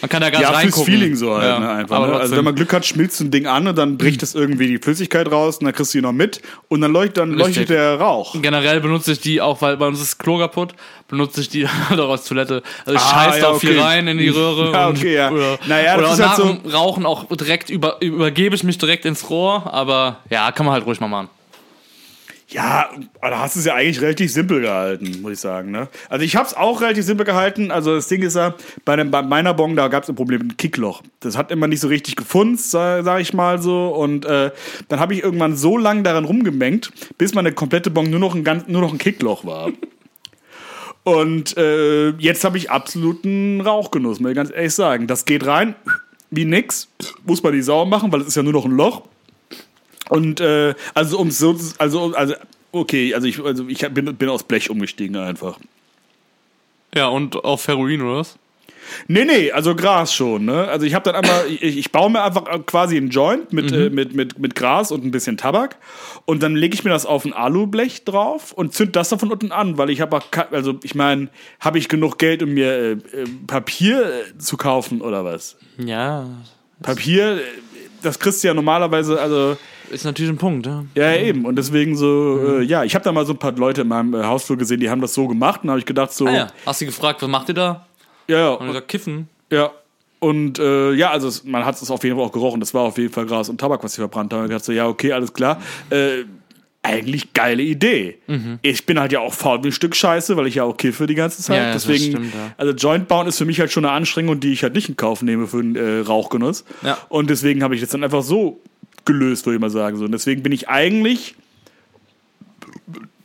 Man kann da gar
Ja,
nicht
fürs
reingucken.
Feeling so halt,
Ja,
ne, einfach.
aber
Ne? Also
trotzdem.
wenn man Glück hat, schmilzt so ein Ding an und dann bricht es irgendwie die Flüssigkeit raus und dann kriegst du die noch mit und dann leuchtet, dann
Richtig.
leuchtet der Rauch.
Generell benutze ich die auch, weil bei uns ist das Klo kaputt, benutze ich die dann auch als Toilette. Also ich
Ah,
scheiß da
ja,
viel
okay.
rein in die Röhre.
Ja,
und-
okay, ja.
Oder,
Naja, das
oder
ist
nach
halt so-
dem Rauchen auch direkt über, übergebe ich mich direkt ins Rohr, aber ja, kann man halt ruhig mal machen.
Ja, aber da hast du es ja eigentlich relativ simpel gehalten, muss ich sagen. Ne? Also ich hab's auch relativ simpel gehalten. Also das Ding ist ja, bei, dem, bei meiner Bong, da gab's ein Problem mit dem Kickloch. Das hat immer nicht so richtig gefunzt, sag, sag ich mal so. Und äh, dann habe ich irgendwann so lange daran rumgemengt, bis meine komplette Bong nur noch ein, ganz, nur noch ein Kickloch war. Und äh, jetzt habe ich absoluten Rauchgenuss, muss ich ganz ehrlich sagen. Das geht rein, wie nix. Muss man die sauer machen, weil es ist ja nur noch ein Loch. Und äh, also um so, also, also okay, also ich, also ich hab- bin, bin aus Blech umgestiegen einfach.
Ja, und auf Heroin oder was?
Nee, nee, also Gras schon, ne? Also ich habe dann einmal, ich, ich baue mir einfach quasi einen Joint mit, äh, mit, mit, mit Gras und ein bisschen Tabak und dann lege ich mir das auf ein Alublech drauf und zünd das dann von unten an, weil ich habe also ich meine, habe ich genug Geld, um mir äh, äh, Papier äh, zu kaufen oder was?
Ja,
Papier, äh, das kriegst du ja normalerweise, also
ist natürlich ein Punkt. Ja.
Ja, ja, eben. Und deswegen so,
Mhm.
äh, ja, ich habe da mal so ein paar Leute in meinem äh, Hausflur gesehen, die haben das so gemacht und habe ich gedacht so,
Ah,
ja,
ja. Hast du gefragt, was macht ihr da?
ja,
Und
und,
gesagt, kiffen.
ja. Und äh, ja, also es, man hat es auf jeden Fall auch gerochen. Das war auf jeden Fall Gras und Tabak, was sie verbrannt haben. Ich dachte so, ja, okay, alles klar. Äh, eigentlich geile Idee.
Mhm.
Ich bin halt ja auch faul wie ein Stück Scheiße, weil ich ja auch kiffe die ganze Zeit.
Ja, ja, das
Deswegen,
stimmt, ja.
also Joint Bauen ist für mich halt schon eine Anstrengung, die ich halt nicht in Kauf nehme für den äh, Rauchgenuss.
Ja.
Und deswegen habe ich das dann einfach so gelöst, würde ich mal sagen. So. Und deswegen bin ich eigentlich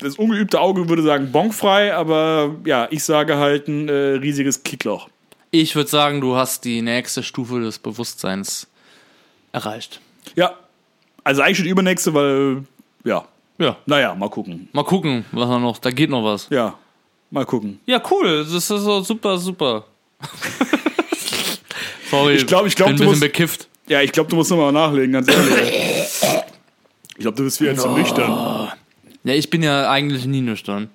das ungeübte Auge würde sagen bonkfrei, aber ja, ich sage halt ein äh, riesiges Kickloch.
Ich würde sagen, du hast die nächste Stufe des Bewusstseins erreicht.
Ja, also eigentlich schon die übernächste, weil äh, ja,
Ja.
naja, mal gucken.
Mal gucken, was da noch, da geht noch was.
Ja, mal gucken.
Ja, cool, das ist so super, super. Sorry,
Ich glaub- ich glaub,
bin ein
du
bisschen
musst-
bekifft.
Ja, ich glaube, du musst nochmal nachlegen, ganz ehrlich. Ich glaube, du bist wieder zu
Oh.
nüchtern.
Ja, ich bin ja eigentlich nie nüchtern.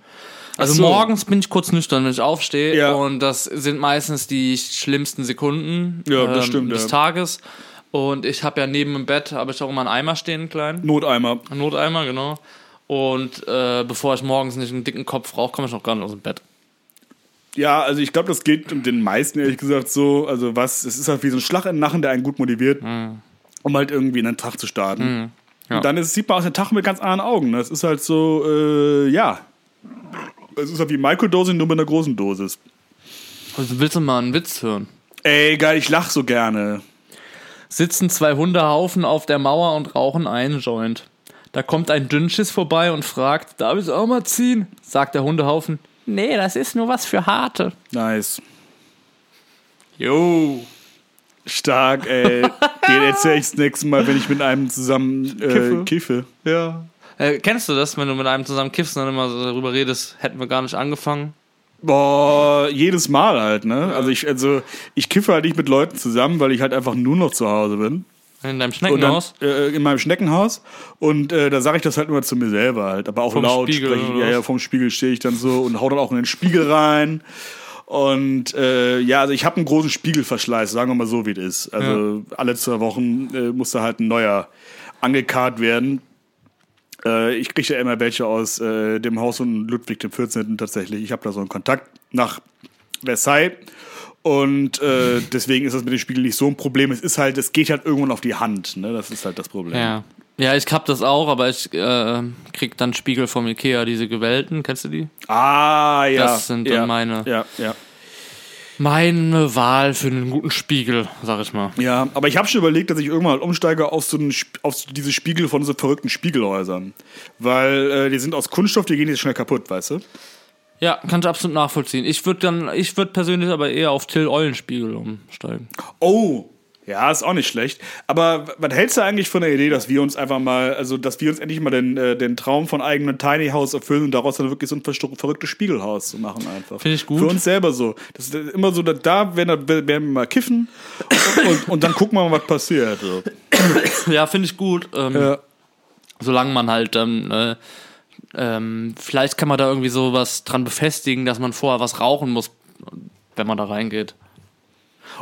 Also
so.
morgens bin ich kurz nüchtern, wenn ich aufstehe.
Ja.
Und das sind meistens die schlimmsten Sekunden ähm,
Ja, das stimmt,
des
ja.
Tages. Und ich habe ja neben dem Bett, habe ich auch immer einen Eimer stehen, einen kleinen.
Noteimer.
Einen Noteimer, genau. Und äh, bevor ich morgens nicht einen dicken Kopf rauche, komme ich noch gar nicht aus dem Bett.
Ja, also ich glaube, das geht den meisten ehrlich gesagt so. Also was, es ist halt wie so ein Schlag im Nachen, der einen gut motiviert, um halt irgendwie in den Tag zu starten.
Hm. ja.
Und dann ist, sieht man aus den Tag mit ganz anderen Augen. Das ist halt so, äh, ja. Es ist halt wie Microdosing, nur mit einer großen Dosis.
Also willst du mal einen Witz hören?
Ey, geil, ich lach so gerne.
Sitzen zwei Hundehaufen auf der Mauer und rauchen einen Joint. Da kommt ein Dünnschiss vorbei und fragt, darf ich auch mal ziehen? Sagt der Hundehaufen, nee, das ist nur was für Harte.
Nice.
Jo.
Stark, ey. Den erzähl ich das nächste Mal, wenn ich mit einem zusammen äh, kiffe. Ja.
Äh, kennst du das, wenn du mit einem zusammen kiffst und dann immer so darüber redest, hätten wir gar nicht angefangen?
Boah, jedes Mal halt, ne? Also ich, also ich kiffe halt nicht mit Leuten zusammen, weil ich halt einfach nur noch zu Hause bin.
In deinem
Und dann,
Schneckenhaus?
äh, in meinem Schneckenhaus. Und äh, da sage ich das halt immer zu mir selber halt. Aber auch
Vom
laut.
Spiegel
spreche ich,
oder
ja, ja,
was?
vom Spiegel stehe ich dann so und hau dann auch in den Spiegel rein. Und äh, ja, also ich habe einen großen Spiegelverschleiß, sagen wir mal so, wie es ist. Also alle zwei Wochen äh, muss da halt ein neuer angekarrt werden. Äh, ich kriege ja immer welche aus äh, dem Haus von Ludwig dem 14. tatsächlich. Ich habe da so einen Kontakt nach Versailles. Und äh, deswegen ist das mit dem Spiegel nicht so ein Problem. Es ist halt, es geht halt irgendwann auf die Hand. Ne? Das ist halt das Problem.
Ja. Ja, ich hab das auch, aber ich äh, krieg dann Spiegel vom Ikea, diese gewellten, kennst du die?
Ah, ja.
Das sind dann
ja,
meine.
Ja, ja.
Meine Wahl für einen guten Spiegel, sag ich mal.
Ja, aber ich habe schon überlegt, dass ich irgendwann halt umsteige auf, so einen, Sp- auf so diese Spiegel von so verrückten Spiegelhäusern. Weil äh, die sind aus Kunststoff, die gehen jetzt schnell kaputt, weißt du?
Ja, kann ich absolut nachvollziehen. Ich würde dann, ich würde persönlich aber eher auf Till Eulenspiegel umsteigen.
Oh, ja, ist auch nicht schlecht. Aber w- was hältst du eigentlich von der Idee, dass wir uns einfach mal, also dass wir uns endlich mal den, äh, den Traum von eigenen Tiny House erfüllen und daraus dann wirklich so ein verstu- verrücktes Spiegelhaus zu machen einfach?
Finde ich gut.
Für uns selber so. Das ist immer so, da- da werden, werden wir mal kiffen und, und, und dann gucken wir mal, was passiert. So.
Ja, finde ich gut. Ähm,
Ja.
Solange man halt dann, äh, ähm, vielleicht kann man da irgendwie so was dran befestigen, dass man vorher was rauchen muss, wenn man da reingeht.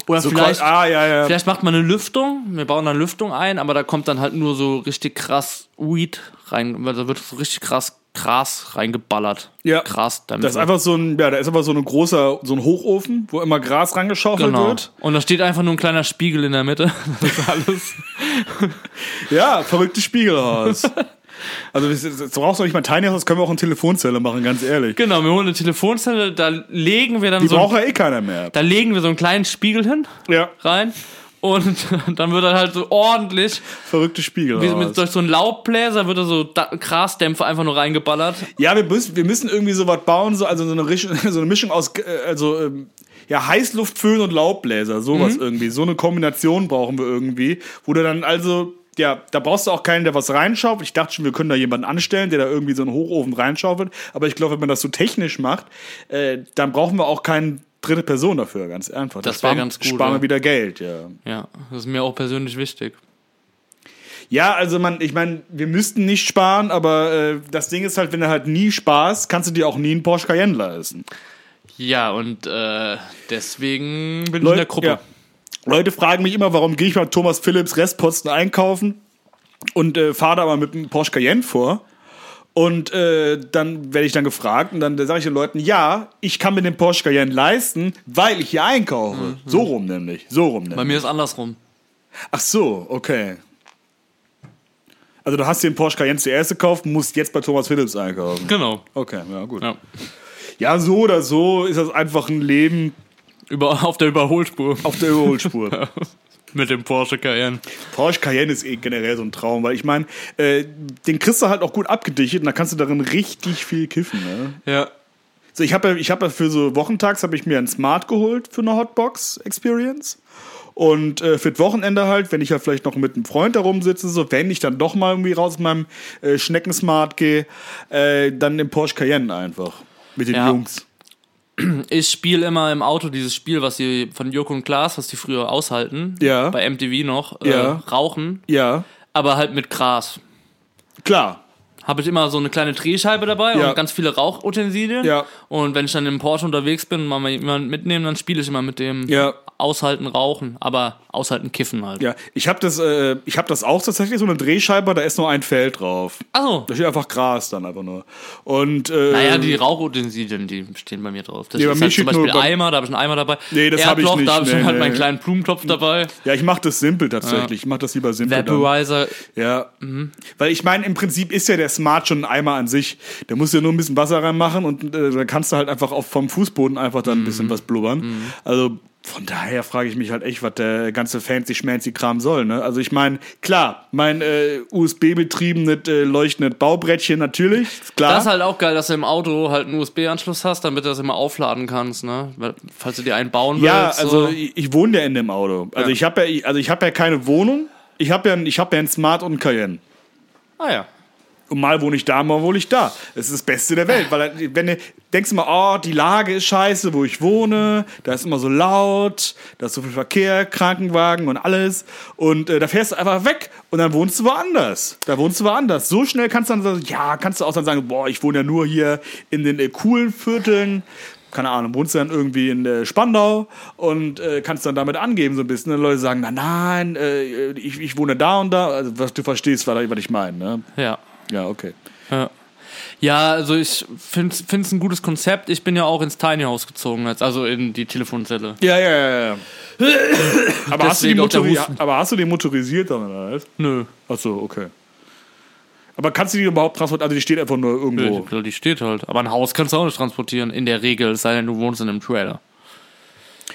Oder
So
vielleicht,
quasi- ah, ja, ja.
vielleicht macht man eine Lüftung, wir bauen dann Lüftung ein, aber da kommt dann halt nur so richtig krass Weed rein, weil da wird so richtig krass Gras reingeballert.
Ja.
Gras damit.
Da ist einfach so ein, ja, da ist einfach so ein großer, so ein Hochofen, wo immer Gras rangeschaufelt
genau.
wird.
Und da steht einfach nur ein kleiner Spiegel in der Mitte. Das ist alles.
Ja, verrücktes Spiegelhaus. also das, das, das brauchst du nicht mal ein Tiny House, das können wir auch in Telefonzelle machen, ganz ehrlich.
genau, wir holen eine Telefonzelle, da legen wir dann
Die
so
braucht ja eh keiner mehr.
da legen wir so einen kleinen Spiegel hin
Ja,
rein und dann wird er halt so ordentlich
verrücktes
wie mit
Spiegelhaus.
durch so einen Laubbläser wird er so da Grasdämpfe einfach nur reingeballert.
Ja, wir müssen, wir müssen irgendwie so was bauen, so, also so eine, Risch- so eine Mischung aus, äh, also ähm, ja, Heißluftföhn und Laubbläser, sowas
Mhm.
irgendwie. So eine Kombination brauchen wir irgendwie, wo du dann also, ja, da brauchst du auch keinen, der was reinschaufelt. Ich dachte schon, wir können da jemanden anstellen, der da irgendwie so einen Hochofen reinschaufelt. Aber ich glaube, wenn man das so technisch macht, äh, dann brauchen wir auch keine dritte Person dafür, ganz einfach. Da
Das wär
sparen-
ganz gut,
Sparen
ja.
wir wieder Geld, ja.
Ja, das ist mir auch persönlich wichtig.
Ja, also man, ich meine, wir müssten nicht sparen, aber äh, das Ding ist halt, wenn du halt nie sparst, kannst du dir auch nie einen Porsche Cayenne leisten.
Ja, und äh, deswegen bin ich in
Leut-
der Gruppe.
ja. Leute fragen mich immer, warum gehe ich mal Thomas Phillips Restposten einkaufen und äh, fahre da mal mit einem Porsche Cayenne vor. Und äh, dann werde ich dann gefragt und dann sage ich den Leuten, ja, ich kann mir den Porsche Cayenne leisten, weil ich hier einkaufe.
Mhm.
So rum nämlich, so rum
Bei
nämlich.
mir ist andersrum.
Ach so, okay. Also du hast dir den Porsche Cayenne zuerst gekauft, musst jetzt bei Thomas Phillips einkaufen.
Genau.
Okay, ja gut.
Ja.
Ja, so oder so ist das einfach ein Leben
Über, auf der Überholspur
auf der Überholspur.
mit dem Porsche Cayenne.
Porsche Cayenne ist eh generell so ein Traum, weil ich meine, äh, den kriegst du halt auch gut abgedichtet und da kannst du darin richtig viel kiffen. Ne?
Ja.
So, ich habe ja- ich hab ja für so Wochentags habe ich mir ein Smart geholt für eine Hotbox Experience. Und äh, für das Wochenende halt, wenn ich halt vielleicht noch mit einem Freund da rumsitze, so wenn ich dann doch mal irgendwie raus mit meinem äh, Schneckensmart gehe, äh, dann den Porsche Cayenne einfach. Mit den
Ja.
Jungs.
Ich spiele immer im Auto dieses Spiel, was sie von Joko und Klaas, was die früher aushalten,
Ja.
bei MTV noch,
Ja.
äh, rauchen,
Ja,
aber halt mit Gras.
klar.
habe ich immer so eine kleine Drehscheibe dabei
Ja.
und ganz viele Rauchutensilien.
Ja.
Und wenn ich dann im Porsche unterwegs bin und mal jemanden mitnehme, dann spiele ich immer mit dem
Ja.
aushalten rauchen, aber aushalten kiffen halt.
Ja, ich habe das, äh, ich hab das auch tatsächlich, so eine Drehscheibe, da ist nur ein Feld drauf.
Ach so.
Da steht einfach Gras dann einfach nur. Und, äh,
Naja, die Rauchutensilien, die stehen bei mir drauf. Das
Ja, bei
ist
mir
halt zum
steht nur
Beispiel
bei-
Eimer, da habe ich einen Eimer dabei.
Nee, das hab ich
Erdloch,
nicht.
da habe ich
Nee,
dann halt
nee.
meinen kleinen Blumentopf dabei.
Ja, ich mache das simpel tatsächlich. Ich mache das lieber simpel. dann.
Vaporizer.
Ja.
Mhm.
Weil ich meine, im Prinzip ist ja der Smart schon ein Eimer an sich. Da musst du ja nur ein bisschen Wasser reinmachen und äh, dann kannst du halt einfach auf, vom Fußboden einfach dann ein
Mhm.
bisschen was blubbern. Also von daher frage ich mich halt echt, was der ganze fancy schmancy Kram soll. Ne? Also ich meine, klar, mein äh, USB-betriebenes äh, leuchtendes Baubrettchen natürlich, ist klar.
Das ist halt auch geil, dass du im Auto halt einen USB-Anschluss hast, damit du das immer aufladen kannst, ne? Weil, falls du dir einen bauen willst.
ja, also
so.
ich, ich wohne ja in dem Auto. Also
Ja.
ich habe ja, also ich habe ja keine Wohnung. Ich habe ja, ein- ich habe ja einen Smart und einen Cayenne.
Ah ja.
Und mal wohne ich da, mal wohne ich da. Es ist das Beste der Welt, weil wenn du denkst du mal, oh, die Lage ist scheiße, wo ich wohne, da ist immer so laut, da ist so viel Verkehr, Krankenwagen und alles und äh, da fährst du einfach weg und dann wohnst du woanders. Da wohnst du woanders. So schnell kannst du dann sagen, ja, kannst du auch dann sagen, boah, ich wohne ja nur hier in den äh, coolen Vierteln. Keine Ahnung, wohnst du dann irgendwie in äh, Spandau und äh, kannst dann damit angeben so ein bisschen. Leute sagen, na nein, äh, ich, ich wohne da und da. Also, was du verstehst, was was ich meine. Ne?
Ja.
Ja, okay.
Ja. Ja, also ich finde es ein gutes Konzept. Ich bin ja auch ins Tiny House gezogen, jetzt, also in die Telefonzelle.
Ja, ja, ja, ja. aber, hast du die
Deswegen auch der
motori-
Husten.
aber hast du die motorisiert dann, oder was?
Nö.
Achso, okay. Aber kannst du die überhaupt transportieren? Also die steht einfach nur irgendwo.
Die, die steht halt. Aber ein Haus kannst du auch nicht transportieren, in der Regel, es sei denn, du wohnst in einem Trailer.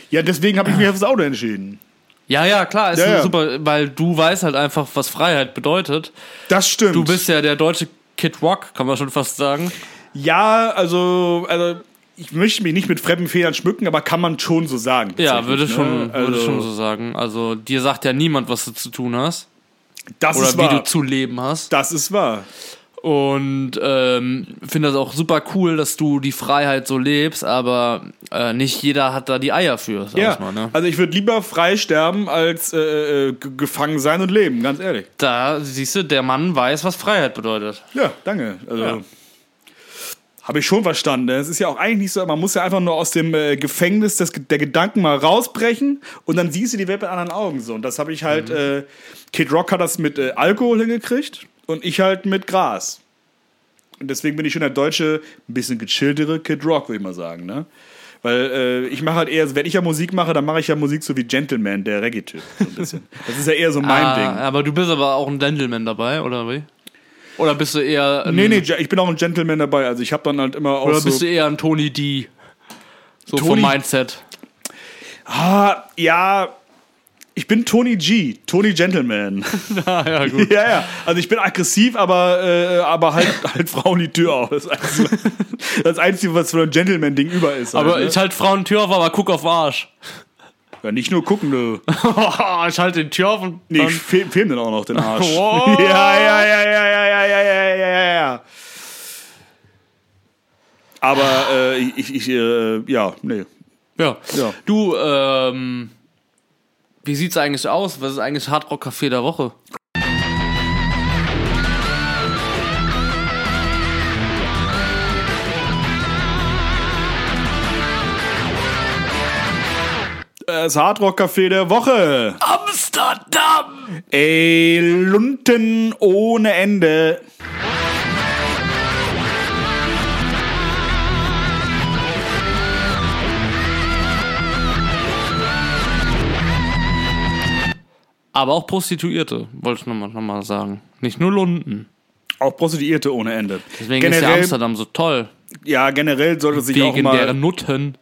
Ja, deswegen habe ich mich fürs Auto entschieden.
Ja, ja, klar, ist
Ja, ja.
super, weil du weißt halt einfach, was Freiheit bedeutet.
Das stimmt.
Du bist ja der deutsche Kid Rock, kann man schon fast sagen.
Ja, also, also ich möchte mich nicht mit fremden Federn schmücken, aber kann man schon so sagen.
Ja,
tatsächlich,
würde
ne?
schon,
also,
würde schon so sagen. Also dir sagt ja niemand, was du zu tun hast
Das
oder
ist
wie du
wahr.
zu leben hast.
das ist wahr.
Und ähm, finde das auch super cool, dass du die Freiheit so lebst, aber äh, nicht jeder hat da die Eier für, sag
Ja,
ich mal. Ne?
also ich würde lieber frei sterben, als äh, äh, ge- gefangen sein und leben, ganz ehrlich.
Da siehst du, der Mann weiß, was Freiheit bedeutet.
Ja, danke. Also, Habe ich schon verstanden. ne? Es ist ja auch eigentlich nicht so, man muss ja einfach nur aus dem äh, Gefängnis des, der Gedanken mal rausbrechen und dann siehst du die Welt mit anderen Augen so. Und das habe ich
Mhm.
halt, äh, Kid Rock hat das mit äh, Alkohol hingekriegt und ich halt mit Gras. Und deswegen bin ich schon der deutsche, ein bisschen gechilltere Kid Rock, würde ich mal sagen. Ne? Weil äh, ich mache halt eher, wenn ich ja Musik mache, dann mache ich ja Musik so wie Gentleman, der Reggae-Typ. So ein bisschen. das ist ja eher so mein
ah,
Ding.
Aber du bist aber auch ein Gentleman dabei, oder wie? Oder bist du eher ein,
Nee, nee, ich bin auch ein Gentleman dabei. Also ich habe dann halt immer auch
Mhm. oder
so
bist du eher ein Tony D? So vom
Tony-
Mindset.
Ah, ja. Ich bin Tony G, Tony Gentleman.
Ah, ja, gut.
ja, ja. Also ich bin aggressiv, aber, äh, aber halt, halt Frauen die Tür auf. Das ist eigentlich so- das Einzige, was für ein Gentleman-Ding über ist. halt,
Aber
ne?
ich halt Frauen Tür auf, aber guck auf Arsch.
ja, nicht nur gucken, du.
Ah, ich halte den Tür auf und
Nee, ich
dann,
film, film den auch noch den Arsch.
Wow.
Ja, ja, ja, ja, ja, ja, ja, ja, ja, ja, ja. Aber äh, ich, ich äh, ja, nee.
ja.
Ja.
Du, ähm, wie sieht's eigentlich aus? Was ist eigentlich Hardrock Café der Woche?
Das Hardrock-Café der Woche.
Ah. Amsterdam!
Ey, Lunten ohne Ende.
Aber auch Prostituierte, wollte ich nochmal noch mal sagen. Nicht nur Lunden.
Auch Prostituierte ohne Ende.
Deswegen ist ja Amsterdam so toll.
ja, generell sollte sich auch
Wegen
mal
deren Nutten.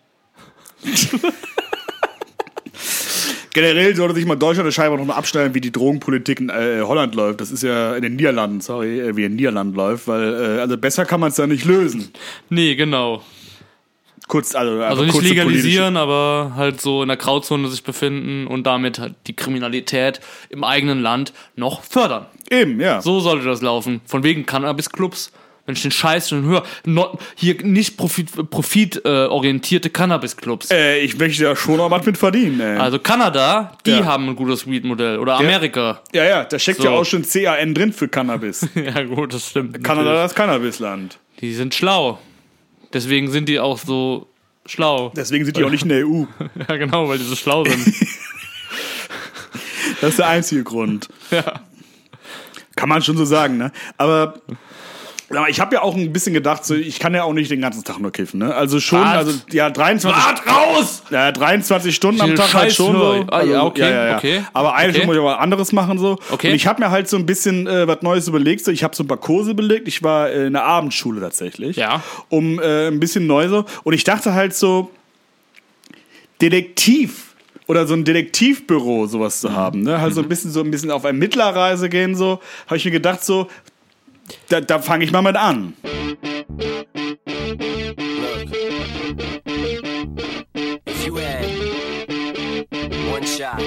generell sollte sich mal Deutschland eine Scheibe noch mal abschneiden, wie die Drogenpolitik in äh, Holland läuft. Das ist ja in den Niederlanden, sorry, äh, wie in Niederlanden läuft, weil äh, also besser kann man es da nicht lösen.
Nee, genau.
Kurz also,
Also nicht
kurze
legalisieren, aber halt so in der Grauzone sich befinden und damit halt die Kriminalität im eigenen Land noch fördern.
politische- Eben, ja.
So sollte das laufen. Von wegen Cannabis-Clubs. Wenn ich den Scheiß schon höre, not, hier nicht profitorientierte profit, äh, orientierte Cannabis-Clubs.
Äh, ich möchte ja schon auch was mit verdienen. Ey.
Also Kanada, die
Ja.
haben ein gutes Weed-Modell. Oder Amerika.
ja, ja, da steckt
So.
ja auch schon CAN drin für Cannabis.
Ja gut, das stimmt.
Kanada das Cannabisland.
Die sind schlau. Deswegen sind die auch so schlau.
Deswegen sind die auch nicht in der E EU.
Ja, genau, weil die so schlau sind.
Das ist der einzige Grund. Kann man schon so sagen, ne? Aber, aber ich habe ja auch ein bisschen gedacht, so, ich kann ja auch nicht den ganzen Tag nur kiffen, ne? Also schon,
Was?
also ja, 23,
Bart raus!
ja, 23 Stunden am
Viel
Tag halt
Scheiß
schon
nur.
so.
Ah, ja, okay, okay,
Aber eine
okay.
Stunde muss ich auch was anderes machen so.
Okay.
Und ich habe mir halt so ein bisschen äh, was Neues überlegt. So, ich habe so ein paar Kurse belegt. Ich war äh, in der Abendschule tatsächlich.
Ja.
Um äh, ein bisschen neu so. Und ich dachte halt so, Detektiv oder so ein Detektivbüro sowas
Mhm.
zu haben, ne? Halt so ein bisschen so ein bisschen auf Ermittlerreise gehen so, habe ich mir gedacht so, da, da fange ich mal mit an.
If you had one shot.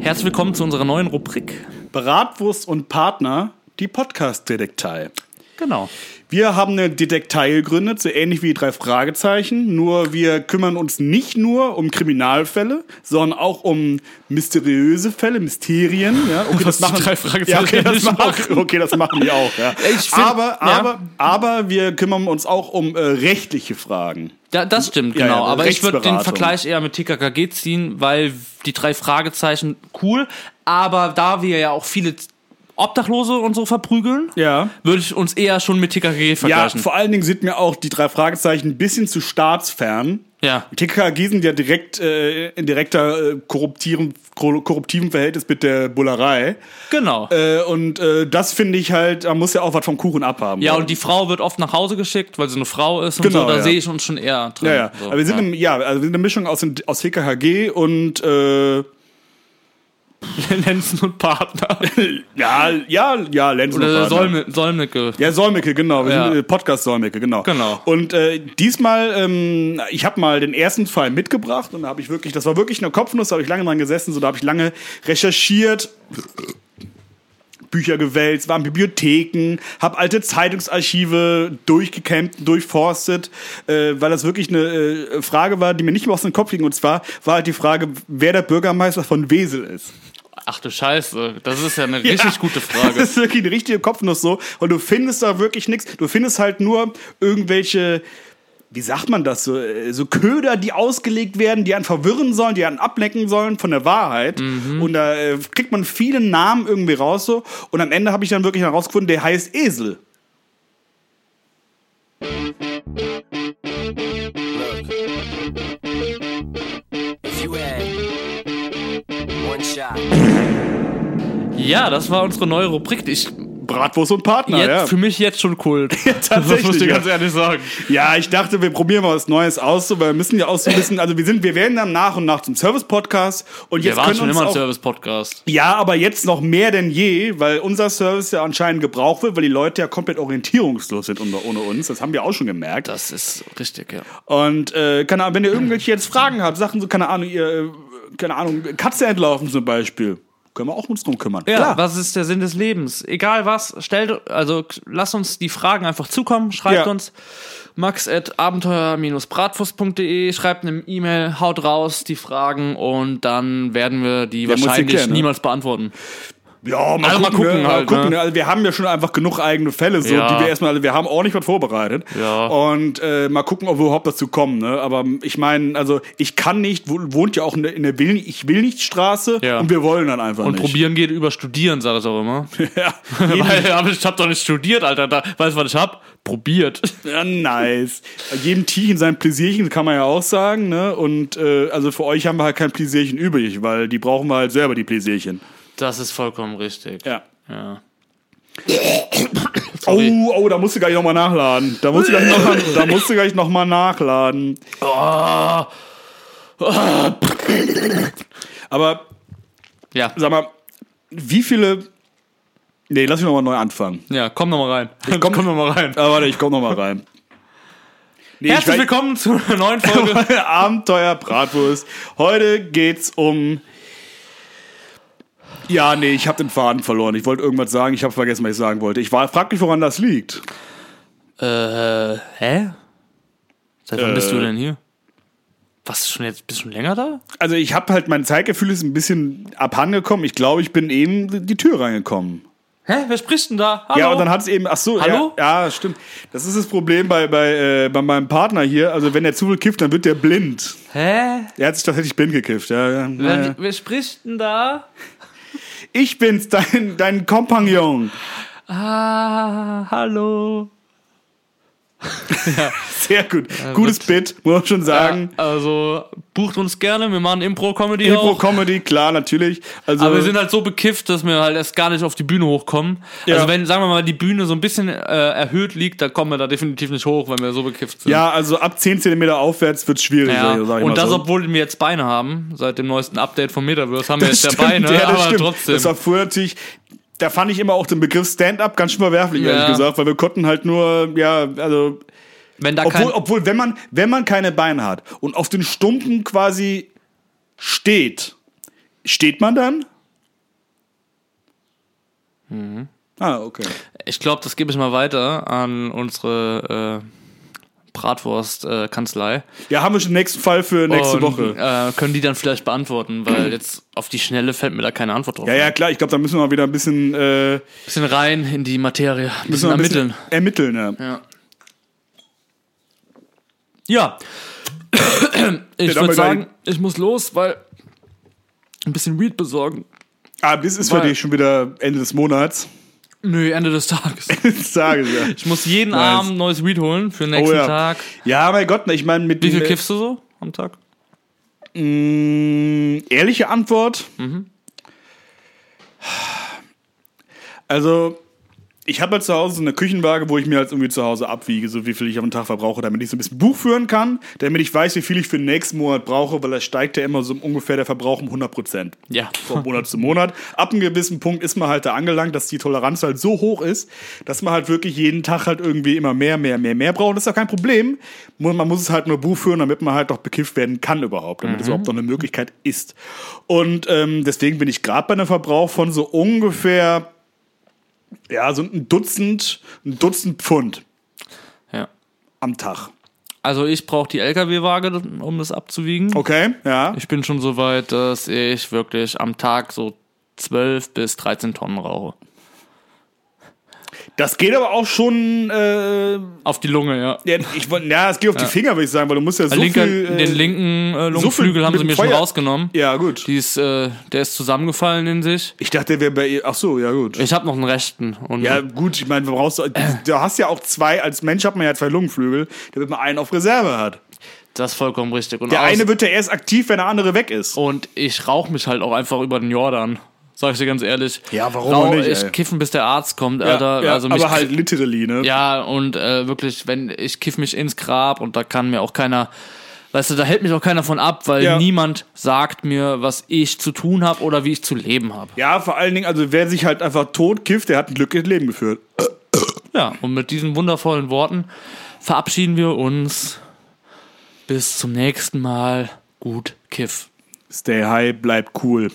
Herzlich willkommen zu unserer neuen Rubrik.
Bratwurst und Partner, die Podcast Detektei.
Genau.
Wir haben eine Detektei gegründet, so ähnlich wie die drei Fragezeichen, nur wir kümmern uns nicht nur um Kriminalfälle, sondern auch um mysteriöse Fälle, Mysterien, ja. Okay,
Was die drei Fragezeichen
ja, okay, das
nicht
machen. okay, das machen die auch, ja.
Ich find-
aber,
ja.
aber, aber wir kümmern uns auch um äh, rechtliche Fragen.
Ja, das stimmt,
Ja,
genau.
ja,
aber ich würde den
Rechtsberatung.
Vergleich eher mit TKKG ziehen, weil die drei Fragezeichen cool. Aber da wir ja auch viele Obdachlose und so verprügeln,
Ja.
würde ich uns eher schon mit TKKG
Ja,
vergleichen.
vor allen Dingen sind mir auch die drei Fragezeichen ein bisschen zu staatsfern.
Ja.
TKKG sind ja direkt äh, in direkter äh, korruptiven, korruptiven Verhältnis mit der Bullerei.
genau.
Äh, und äh, das finde ich halt, man muss ja auch was vom Kuchen abhaben. ne?
ja, und die Frau wird oft nach Hause geschickt, weil sie eine Frau ist und
Genau,
so. Da
ja.
sehe ich uns schon eher drin.
Ja, ja.
So,
Aber wir sind, Im, ja, also wir sind eine Mischung aus, den- aus TKKG und äh,
Lenzen und Partner.
ja, ja, ja, Lenz und ne?
Oder
Partner.
Solm Solmecke.
Ja, Solmecke, genau. Wir
Ja.
sind äh, Podcast Solmecke, genau.
Genau.
Und äh, diesmal, ähm, ich habe mal den ersten Fall mitgebracht und da habe ich wirklich, das war wirklich eine Kopfnuss, da habe ich lange dran gesessen, so da habe ich lange recherchiert. Bücher gewälzt, war in Bibliotheken, habe alte Zeitungsarchive durchgekämmt, durchforstet, äh, weil das wirklich eine äh, Frage war, die mir nicht mehr aus dem Kopf ging. Und zwar war halt die Frage, wer der Bürgermeister von Wesel ist.
Ach du Scheiße, das ist ja eine richtig gute Frage.
Das ist wirklich eine richtige Kopfnuss so. Und du findest da wirklich nichts. Du findest halt nur irgendwelche. Wie sagt man das so? äh, So Köder, die ausgelegt werden, die einen verwirren sollen, die einen ablenken sollen von der Wahrheit.
Mhm.
Und da äh, kriegt man viele Namen irgendwie raus so. Und am Ende habe ich dann wirklich herausgefunden, der heißt Esel.
If you had one shot.
Ja, das war unsere neue Rubrik. Ich,
Bratwurst und Partner,
jetzt,
ja.
Für mich jetzt schon Kult.
tatsächlich,
Das muss ich dir
ja.
ganz ehrlich sagen.
Ja, ich dachte, wir probieren mal was Neues aus, so, weil wir müssen ja auch so ein bisschen, also wir sind, wir werden dann nach und nach zum Service-Podcast und
Wir
jetzt
waren
können
schon
uns
immer ein
auch,
Service-Podcast.
Ja, aber jetzt noch mehr denn je, weil unser Service ja anscheinend gebraucht wird, weil die Leute ja komplett orientierungslos sind unter, ohne uns. Das haben wir auch schon gemerkt.
Das ist richtig, ja.
Und äh, keine Ahnung, wenn ihr irgendwelche jetzt Fragen habt, Sachen so, keine Ahnung, ihr, äh, keine Ahnung, Katze entlaufen zum Beispiel, können wir auch uns drum kümmern.
Ja,
Klar.
was ist der Sinn des Lebens? Egal was, stellt, also k- lasst uns die Fragen einfach zukommen, schreibt
Ja.
uns max at abenteuer-bratwurst.de, schreibt eine E-Mail, haut raus die Fragen und dann werden wir die
muss die
wahrscheinlich
klären, ne?
niemals beantworten.
Ja, mal
Also mal
gucken,
gucken
ne?
halt,
mal gucken
ne?
ne? Also wir haben ja schon einfach genug eigene Fälle, so,
Ja.
die wir erstmal, also wir haben ordentlich was vorbereitet.
Ja.
Und äh, mal gucken, ob wir überhaupt dazu kommen. Ne? Aber ich meine, also ich kann nicht, wo- wohnt ja auch in der, in der Will ich will nicht Straße
Ja.
und wir wollen dann einfach
Und
nicht.
probieren geht über studieren, sage ich auch immer.
Ja,
Weil, aber ich hab doch nicht studiert, Alter. Da, weißt du, was ich hab? Probiert.
ja, nice. Jedem Tierchen sein Pläsierchen, kann man ja auch sagen. Ne? Und äh, also für euch haben wir halt kein Pläsierchen übrig, weil die brauchen wir halt selber, die Pläsierchen.
Das ist vollkommen richtig.
Ja.
Ja.
Oh,
Sorry.
oh, da musst du gleich nochmal nachladen. Da musst du gleich nochmal noch mal- da musst du gleich noch mal nachladen.
Oh.
Aber
Ja,
sag mal, wie viele... Nee, lass mich nochmal neu anfangen.
ja komm nochmal rein.
komm-
nochmal rein.
Ah, warte, ich komm nochmal rein. Nee, ich
Herzlich
weiß-
willkommen zu einer neuen Folge.
Abenteuer Bratwurst. Heute geht's um. Ja, nee, ich habe den Faden verloren. Ich wollte irgendwas sagen, ich habe vergessen, was ich sagen wollte. Ich war, frag mich, woran das liegt.
äh, hä? Seit wann bist
Äh.
du denn hier? Was, schon jetzt, bist du schon länger da?
Also ich habe halt, mein Zeitgefühl ist ein bisschen abhandengekommen. Ich glaube, ich bin eben die Tür reingekommen.
Hä, wer spricht denn da? Hallo?
Ja, und dann hat's eben, ach so,
Hallo?
Ja, ja, stimmt. Das ist das Problem bei, bei, äh, bei meinem Partner hier. Also, wenn der zu viel kifft, dann wird der blind.
Hä?
Er hat sich tatsächlich blind gekifft. Ja, ja,
Wer,
naja.
wer spricht denn da?
Ich bin's, dein, dein Kompagnon.
Ah, hallo.
Sehr gut. Gutes Bit, muss man schon sagen.
Ja, also bucht uns gerne, wir machen Impro-Comedy
Impro
auch.
Comedy, klar, natürlich. Also,
Aber wir sind halt so bekifft, dass wir halt erst gar nicht auf die Bühne hochkommen.
Ja.
Also wenn, sagen wir mal, die Bühne so ein bisschen äh, erhöht liegt, dann kommen wir da definitiv nicht hoch, wenn wir so bekifft sind.
ja, also ab 10 Zentimeter aufwärts wird schwierig,
Ja.
sag ich mal
Und das,
so.
obwohl wir jetzt Beine haben. Seit dem neuesten Update vom Metaverse haben wir jetzt
Das
ja Beine,
stimmt, ja, das
aber
stimmt.
trotzdem.
Das war früher natürlich. Da fand ich immer auch den Begriff Stand-up ganz schön verwerflich,
Ja.
ehrlich gesagt, weil wir konnten halt nur, ja, also
wenn da kein,
Obwohl, obwohl wenn, man, wenn man keine Beine hat und auf den Stumpen quasi steht, steht man dann?
Mhm.
Ah, okay.
Ich glaube, das gebe ich mal weiter an unsere äh, Bratwurst-Kanzlei.
Ja, haben wir schon den nächsten Fall für nächste
Und,
Woche.
Äh, können die dann vielleicht beantworten, weil jetzt auf die Schnelle fällt mir da keine Antwort drauf.
Ja, ja, klar, ich glaube, da müssen wir mal wieder ein bisschen, äh,
Bisschen rein in die Materie, bisschen,
müssen wir ein
ermitteln.
bisschen ermitteln. Ja.
Ja. ich
haben wir
würde sagen,
gleich-
ich muss los, weil ein bisschen Weed besorgen.
Ah, das ist
Weil-
für dich schon wieder Ende des Monats.
Nö, Ende des Tages.
Sage ich ja.
Ich muss jeden
Nice. Oh
Abend neues Weed holen für den nächsten
ja.
Tag.
Ja, mein Gott, ne, ich meine, mit
Wie viel
äh,
kiffst du so am Tag?
Mm, ehrliche Antwort. Also, ich habe halt zu Hause so eine Küchenwaage, wo ich mir halt irgendwie zu Hause abwiege, so wie viel ich am Tag verbrauche, damit ich so ein bisschen Buch führen kann, damit ich weiß, wie viel ich für den nächsten Monat brauche, weil das steigt ja immer so ungefähr der Verbrauch um 100 Prozent.
Ja.
Von Monat zu Monat. Ab einem gewissen Punkt ist man halt da angelangt, dass die Toleranz halt so hoch ist, dass man halt wirklich jeden Tag halt irgendwie immer mehr, mehr, mehr, mehr braucht. Und Das ist ja kein Problem. Mu- Man muss es halt nur Buch führen, damit man halt noch bekifft werden kann überhaupt, damit es überhaupt noch eine Möglichkeit ist. Und ähm, deswegen bin ich gerade bei einem Verbrauch von so ungefähr, ja, so ein Dutzend, ein Dutzend Pfund
Ja.
am Tag.
Also ich brauche die LKW-Waage, um das abzuwiegen.
Okay, ja.
Ich bin schon so weit, dass ich wirklich am Tag so 12 bis 13 Tonnen rauche.
Das geht aber auch schon, äh,
Auf die Lunge, ja.
ja, ich, wollt- ja, es geht auf die Finger, würde ich sagen, weil du musst ja so
Linker,
viel... Äh,
den linken äh,
so viel
Lungenflügel haben
mit
sie
dem
mir schon
Feuer-
rausgenommen.
Ja, gut.
Die ist, äh, der ist zusammengefallen in sich.
Ich dachte, der wäre bei ihr. Ach so, ja gut.
Ich habe noch einen rechten. Und
ja gut, ich meine, du brauchst, du hast ja auch zwei. Als Mensch hat man ja zwei Lungenflügel, damit man einen auf Reserve hat.
Das ist vollkommen richtig. Und,
Der
aus- Oh,
eine wird ja erst aktiv, wenn der andere weg ist.
und ich rauche mich halt auch einfach über den Jordan. Sag ich dir ganz ehrlich.
Ja, warum auch nicht,
Ich
ey.
kiffen, bis der Arzt kommt,
Ja,
Alter.
ja,
also mich
aber halt literally, ne?
Ja, und äh, wirklich, wenn ich kiff mich ins Grab und da kann mir auch keiner, weißt du, da hält mich auch keiner von ab, weil
Ja.
niemand sagt mir, was ich zu tun habe oder wie ich zu leben habe.
Ja, vor allen Dingen, also wer sich halt einfach tot kifft, der hat ein glückliches Leben geführt.
Ja, und mit diesen wundervollen Worten verabschieden wir uns. Bis zum nächsten Mal. Gut, Kiff.
Stay high, bleib cool.